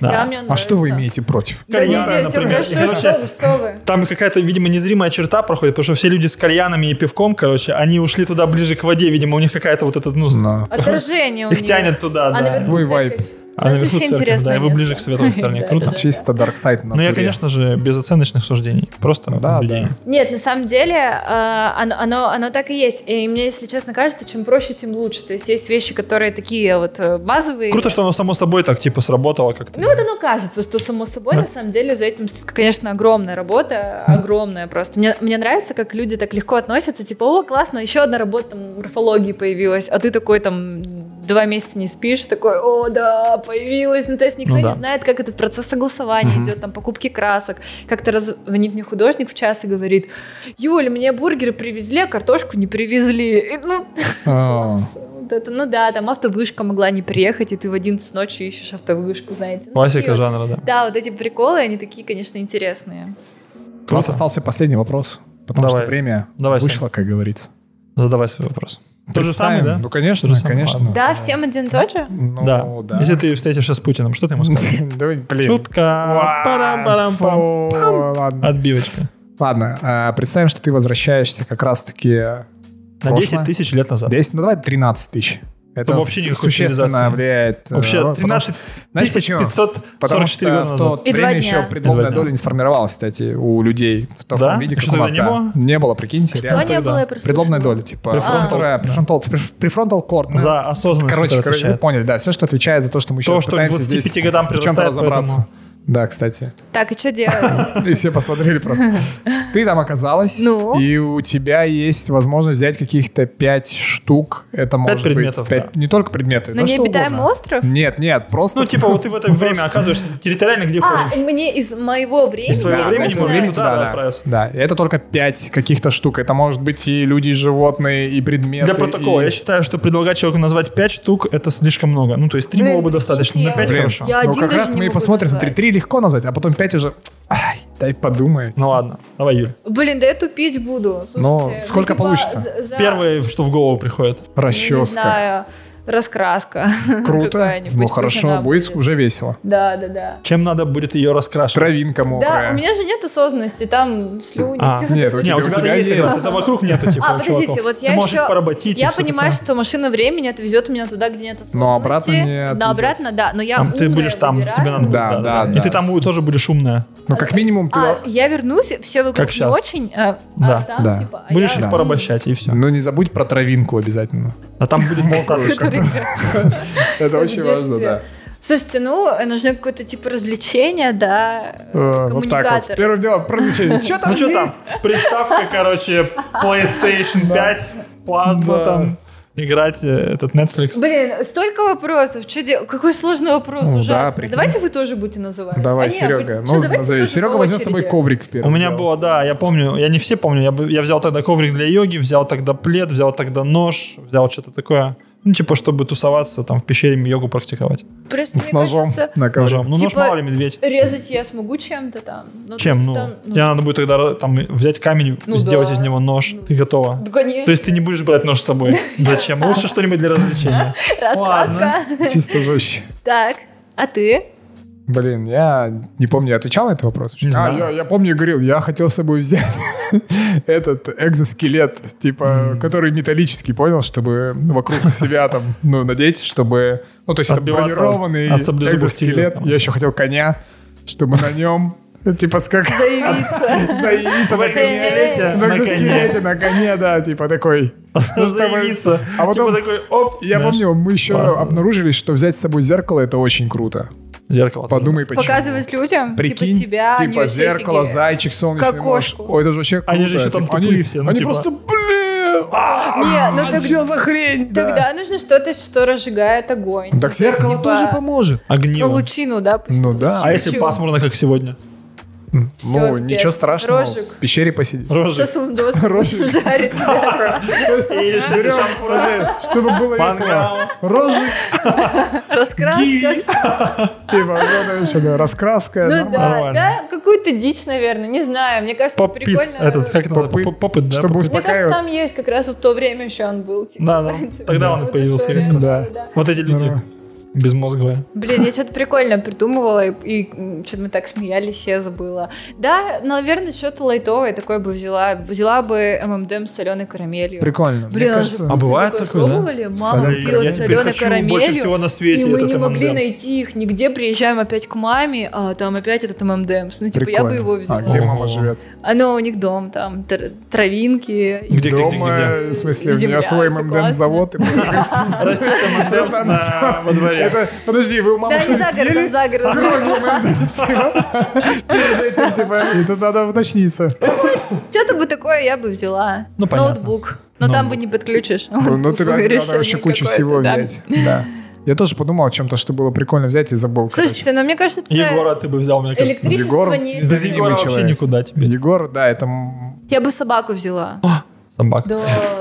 B: Да.
C: Хотя мне он
A: А что вы
C: нравится.
A: имеете против?
C: Да нет,
B: Кальяна,
C: нет, все
B: например.
C: хорошо, что вы, что вы.
B: Там какая-то, видимо, незримая черта проходит, потому что все люди с кальянами и пивком, короче, они ушли туда ближе к воде, видимо, у них какая-то вот эта, ну, с-
A: На.
C: Отражение у
B: их
C: нее.
B: тянет туда,
C: А
B: да.
C: наверху
A: Свой
C: церковь.
A: вайб.
B: А
C: это
B: наверху
C: вообще
B: церковь,
C: интересное
B: Да, и вы
C: место.
B: ближе к светлой стороне,
C: [laughs] Да,
B: круто.
C: да, да.
A: Чисто Dark Side на
B: Ну, я,
A: натуре.
B: конечно же, без оценочных суждений, просто
A: Да,
B: наблюдение.
C: Нет, на самом деле э, оно, оно, оно так и есть. И мне, если честно, кажется, чем проще, тем лучше. То есть есть вещи, которые такие вот э, базовые.
B: Круто, что оно само собой так, типа, сработало как-то.
C: Ну вот оно кажется, что само собой,
B: Да.
C: на самом деле, за этим, стоит, конечно, огромная работа, огромная просто. Мне, мне нравится, как люди так легко относятся, типа, о, классно, еще одна работа там морфологии появилась, а ты такой там два месяца не спишь, такой, о, да, появилась. Ну то есть никто
B: Ну да.
C: не знает, как этот процесс согласования идет, там, покупки красок. Как-то раз звонит мне художник в час и говорит, Юль, мне бургеры привезли, а картошку не привезли. И, ну, [laughs]
A: А,
C: вот это, ну да, там автовышка могла не приехать, и ты в 11 ночи ищешь автовышку, знаете. Ну, такие
B: Классика
C: вот
B: жанра, да.
C: да, вот эти приколы, они такие, конечно, интересные.
A: У нас остался последний вопрос, потому
B: Давай.
A: что время
B: Давай, Сань.
A: вышло, как говорится.
B: Задавай свой вопрос. Тот же самый,
A: Представим.
B: да?
A: Ну, конечно,
B: Тот же самый,
A: конечно.
B: ладно.
C: Да, всем один и тот же?
A: Ну, да. [laughs]
B: Если ты встретишься с Путиным, что ты ему скажешь?
A: Давай, блин.
B: Шутка.
A: Ва,
B: Парам-парам-пам.
A: фу, Ладно.
B: Отбивочка.
A: Ладно, а, представим, что ты возвращаешься как раз-таки
B: На
A: Прошлое.
B: 10 тысяч лет назад.
A: 10, ну давай 13 тысяч. Это
B: Чтобы Ну, вообще никакой
A: существенно
B: цивилизации.
A: влияет. э,
B: Вообще,
A: потому
B: 13
A: знаешь
B: тысяч
A: почему?
B: 544 года
A: в
B: назад.
A: то
C: И два
A: время
C: дня.
A: еще
B: И
A: предлобная
B: два дня.
A: доля не сформировалась, кстати, у людей в таком
B: Да?
A: виде,
B: Еще
A: как у
B: тогда
A: вас.
B: не
A: да.
B: было?
A: не было, прикиньте.
C: Что
A: реально.
C: А не было, я просто
A: Предлобная
C: слышала.
A: доля, типа,
B: Префронтал.
A: которая префронтал, преф- prefrontal cord, ну,
B: За осознанность,
A: Короче,
B: которая
A: короче, вы
B: отвечает.
A: поняли, да, все, что отвечает за то, что мы
B: То,
A: сейчас
B: что к
A: пытаемся
B: 25
A: здесь
B: годам
A: в чем-то
B: прирастает,
A: разобраться. Да, кстати.
C: Так, и
A: [laughs]
C: что делать?
A: И все посмотрели
C: [laughs]
A: просто. Ты там оказалась,
C: Ну?
A: и у тебя есть возможность взять каких-то пять штук. Это может
B: предметов,
A: быть пять- не только предметы,
C: На
A: да что
C: необитаемый
A: угодно.
C: Ну, остров?
A: Нет, нет, просто...
B: Ну, типа, вот ты в это
A: Просто-
B: время оказываешься территориально где
C: А,
B: хочешь.
C: мне из моего времени...
B: Из своего
A: Да,
B: времени
A: да,
C: нужно-
B: мы
A: да.
B: времени туда
A: Да, да.
B: отправиться.
A: Да, и это только пять каких-то штук. Это может быть и люди, и животные, и предметы.
B: Для протокола,
A: и-
B: я считаю, что предлагать человеку назвать 5 штук, это слишком много. Ну, то есть 3
C: Блин,
B: было бы достаточно,
C: я-
B: на 5
A: Блин,
B: хорошо.
C: Я
A: ну
C: один
A: как
C: даже
A: раз
C: не
A: мы и
C: могу
A: посмотрим,
C: назвать.
A: смотри, три легко назвать, а потом пять уже... Ай, дай подумать.
B: Ну ладно, давай, Юль.
C: Блин, да я тупить буду. Слушайте,
A: Ну,
C: ну,
A: сколько
C: типа,
A: получится?
C: за- за-
B: Первое, что в голову приходит.
C: ну, Не
A: Расческа.
C: знаю, раскраска. [laughs]
A: Круто.
C: какая-нибудь,
A: Ну
C: пусть она
A: хорошо, будет уже весело.
C: Да, да, да.
B: Чем надо будет ее раскрашивать?
A: Травинка мокрая.
C: Да, у меня же нет осознанности, там слюни. [laughs]
B: А,
C: всё
A: Нет, у
B: Не,
A: тебя,
B: у тебя есть как раз, это вокруг нету, типа,
C: А,
B: у
C: подождите,
B: чуваков.
C: вот
B: Ты
C: я
B: можешь
C: еще-
B: их поработить.
C: Я
B: и всё
C: понимаю,
B: такое.
C: что машина времени отвезет меня туда, где нет осознанности.
A: Но обратно не
C: Но
A: отвезет.
C: обратно, да. Но я
B: Там ты
C: умная
B: будешь там,
C: выбираю.
B: тебе надо будет,
A: Да, да,
B: И
A: да.
B: ты там у- тоже будешь умная.
A: Ну, как минимум, ты...
C: А, я вернусь, все вокруг
B: Как
C: не
B: щас.
C: очень, а,
B: Да.
C: а там
A: Да.
C: типа... а
B: Будешь
C: я-
B: их порабощать, и все.
A: Ну, не забудь про травинку обязательно.
B: А там будет мокрое.
A: Это
C: Как в детстве. Слушайте, ну, нужно какое-то типа развлечение, да, э,
A: Вот так вот.
C: коммуникатор.
A: Первым делом про значение. Чё там
B: Ну что там?
A: есть?
B: Приставка, короче, PlayStation 5, плазма
A: Да.
B: там, играть э, этот Netflix.
C: Блин, столько вопросов. Чё де- Какой сложный вопрос,
A: Ну да,
C: ужасно.
A: прикинь.
C: давайте вы тоже будете называть.
A: Давай,
C: А не,
A: Серега.
C: вы- чё,
A: Ну,
C: давайте
A: назови.
C: тоже
A: Серега
C: по
A: возьмет с собой
C: очереди.
A: коврик в
B: У
A: первый
B: меня
A: день.
B: было, да, я помню, я не все помню, я, бы- я взял тогда коврик для йоги, взял тогда плед, взял тогда нож, взял что-то такое, ну типа, чтобы тусоваться там в пещере йогу практиковать.
C: Просто,
A: С
C: мне
A: ножом
C: кажется,
A: на ковре.
B: Ножом. Ну нож
C: Типа-
B: мало ли медведь.
C: Резать я смогу чем-то там. Ну,
B: Чем?
C: то
B: Ну,
C: есть там, ну,
B: тебе надо будет тогда там взять камень,
C: Ну
B: сделать
C: да.
B: из него нож,
C: Ну.
B: ты готова.
C: да, конечно.
B: То есть ты не будешь брать нож с
C: [laughs]
B: собой. Зачем? Лучше что-нибудь для развлечения.
C: Раз,
B: Ладно.
C: раз, раз.
A: Чисто жестче.
C: Так, а ты?
A: Блин, я не помню, я отвечал на этот вопрос?
B: Не
A: А,
B: знаю.
A: я, я помню, я говорил, я хотел с собой взять [laughs] этот экзоскелет, типа, который металлический, понял, чтобы ну, вокруг себя там, ну, надеть, чтобы... Ну, то есть это
B: Отбиваться от-
A: бронированный
B: от саблезубых
A: экзоскелет.
B: тигров, там.
A: Я еще хотел коня, чтобы на нем, типа, скак...
B: [laughs]
A: [laughs]
C: Заявиться.
A: Заявиться на коне.
B: экзоскелете,
A: В
B: на коне.
A: экзоскелете, на коне, да, типа такой. Ну, чтобы-
B: Заявиться.
A: А
B: Типа
A: потом-
B: такой, оп.
A: Я
B: знаешь,
A: помню, мы еще
B: классно.
A: обнаружили, что взять с собой зеркало — это очень круто.
B: Зеркало. тоже.
A: Подумай, почему.
C: Показывать людям,
A: Прикинь,
C: типа себя, они
A: типа
C: вообще
A: зеркало,
C: офигеют.
A: зайчик, солнечный
C: Как кошку.
A: муж. Ой, это же вообще круто.
B: Они же еще там
A: Типа,
B: тупые
A: они,
B: все, ну,
A: они
B: типа-
A: просто, блин, такая, «А,
C: Не, ну
A: а
C: так-
A: чё за хрень? Да.
C: Тогда нужно что-то, что разжигает огонь.
A: Ну, Так зеркало
C: Типа,
A: тоже поможет.
C: Ну,
B: Огниво.
C: лучину, да? пусть
A: Ну
C: тут
A: да.
B: А если
C: лучину.
B: пасмурно, как сегодня?
A: Ну,
C: Всё,
A: ничего
C: пипец.
A: страшного.
C: Рожик.
A: В пещере посидеть.
C: Что
B: Рожи.
C: Солондос
A: Рожик.
C: [laughs] жарит?
A: То есть берем уже, чтобы было весело.
B: Мангал.
A: Рожик,
C: Раскраска.
A: типа, вот это ещё, да, раскраска.
C: Ну
A: нормально.
C: да,
B: Нормально.
C: да, какую-то дичь, наверное, не знаю, мне кажется,
B: Попит.
C: прикольно.
B: Этот, как это
A: Попыт.
B: называется? Попыт, да?
A: Чтобы
B: попыт.
C: Мне кажется,
A: успокаиваться.
C: там есть как раз вот то время еще он был. типа,
B: Да, да.
C: знаете,
B: Тогда он и
C: вот
B: появился,
C: история,
B: как раз.
C: да, да.
B: Вот эти люди.
A: Здорово.
B: Безмозглые.
C: Блин, я что-то прикольно придумывала, и, что-то мы так смеялись, я забыла. Да, наверное, что-то лайтовое такое бы взяла. Взяла бы ММДМ с соленой карамелью.
A: Прикольно.
C: Блин,
A: Мне
C: он же
A: кажется,
B: А бывает такое, да?
C: Пробовали? Мама
A: Соленая
C: пила
A: карамель.
B: Я теперь
C: соленой
B: хочу больше всего
C: карамелью.
B: на
C: И
B: свете
C: мы
B: этот
C: не могли
B: M&M's.
C: найти их нигде, приезжаем опять к маме, а там опять этот ММДМС. Ну, типа, я бы
A: прикольно.
C: его
A: А где
C: взяла.
B: Ого.
A: мама живет?
C: Оно у них дом, там тр- травинки.
B: Где, где, где,
A: Дома, э,
B: где?
A: в смысле, у
C: Земля,
A: меня свой
C: всё
A: ММДМ
C: классно.
A: завод. и просто-
B: Растет M&M's
A: Да,
B: на- во дворе.
A: Это, подожди, вы у мамы
C: Да, и
A: что-то
C: за городом,
A: съели?
C: за городом.
A: Кроме ММДМС. Перед этим, типа, и тут надо уточниться.
C: Что-то бы такое я бы взяла.
B: Ну, понятно.
C: Ноутбук. Но там
B: Ноутбук.
C: бы не подключишь.
A: Ну, ну ты надо
C: Решение
A: вообще кучу
C: какое-то,
A: всего
C: да.
A: взять. Да. Я тоже подумал о чем-то, что было прикольно взять и забыл. короче.
C: Слушайте, но мне кажется,
B: Егора ты бы взял, мне кажется.
C: электричество
A: Егор-
C: не...
A: Без
B: Без Егора
A: Егора
B: вообще
A: человек.
B: никуда тебе.
A: Егор, да, это... м,
C: Я бы собаку взяла.
B: Собака.
C: Да,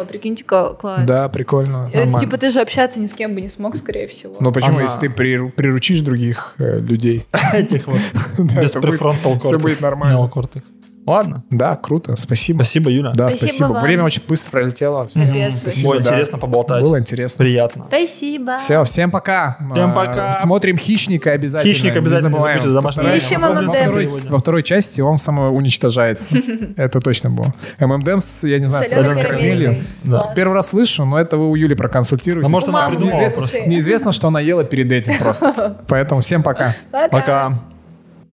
C: прикиньте, ка- класс.
A: Да, прикольно.
C: Э,
A: нормально. Ну,
C: Типа ты же общаться ни с кем бы не смог, скорее всего.
A: Но почему,
B: Она-
A: если ты приру- приручишь других э, людей? [laughs]
B: [laughs] Этих вот.
A: Да,
B: Без
A: это будет-
B: префронтал кортекс.
A: Все будет нормально.
B: Неокортекс. Ладно.
A: Да, круто, спасибо.
B: Спасибо, Юля.
A: Да,
C: Спасибо
A: спасибо.
C: вам.
A: Время очень быстро пролетело.
C: Капец,
A: Спасибо,
B: Было
A: да.
B: интересно поболтать.
A: Было интересно.
B: Приятно.
C: Спасибо.
A: Все, всем пока.
B: Всем
A: А,
B: пока.
A: Смотрим «Хищника» обязательно.
B: Хищник обязательно не
A: забываем.
B: забудьте домашний.
C: И ещё
B: Во
C: «Мамонтенс».
B: второй-
A: Во второй- Во второй части он самоуничтожается. Это точно было. ММДМС, я не знаю,
C: Соленой
A: соленой
C: карамелью.
A: карамелью.
B: Да.
A: Первый раз слышу, но это вы у Юли проконсультируете.
B: А может,
C: У мамы
B: она придумала
C: наверное,
B: просто.
C: чей.
A: Неизвестно, что она ела перед этим просто. Поэтому всем пока.
C: Пока.
B: Пока.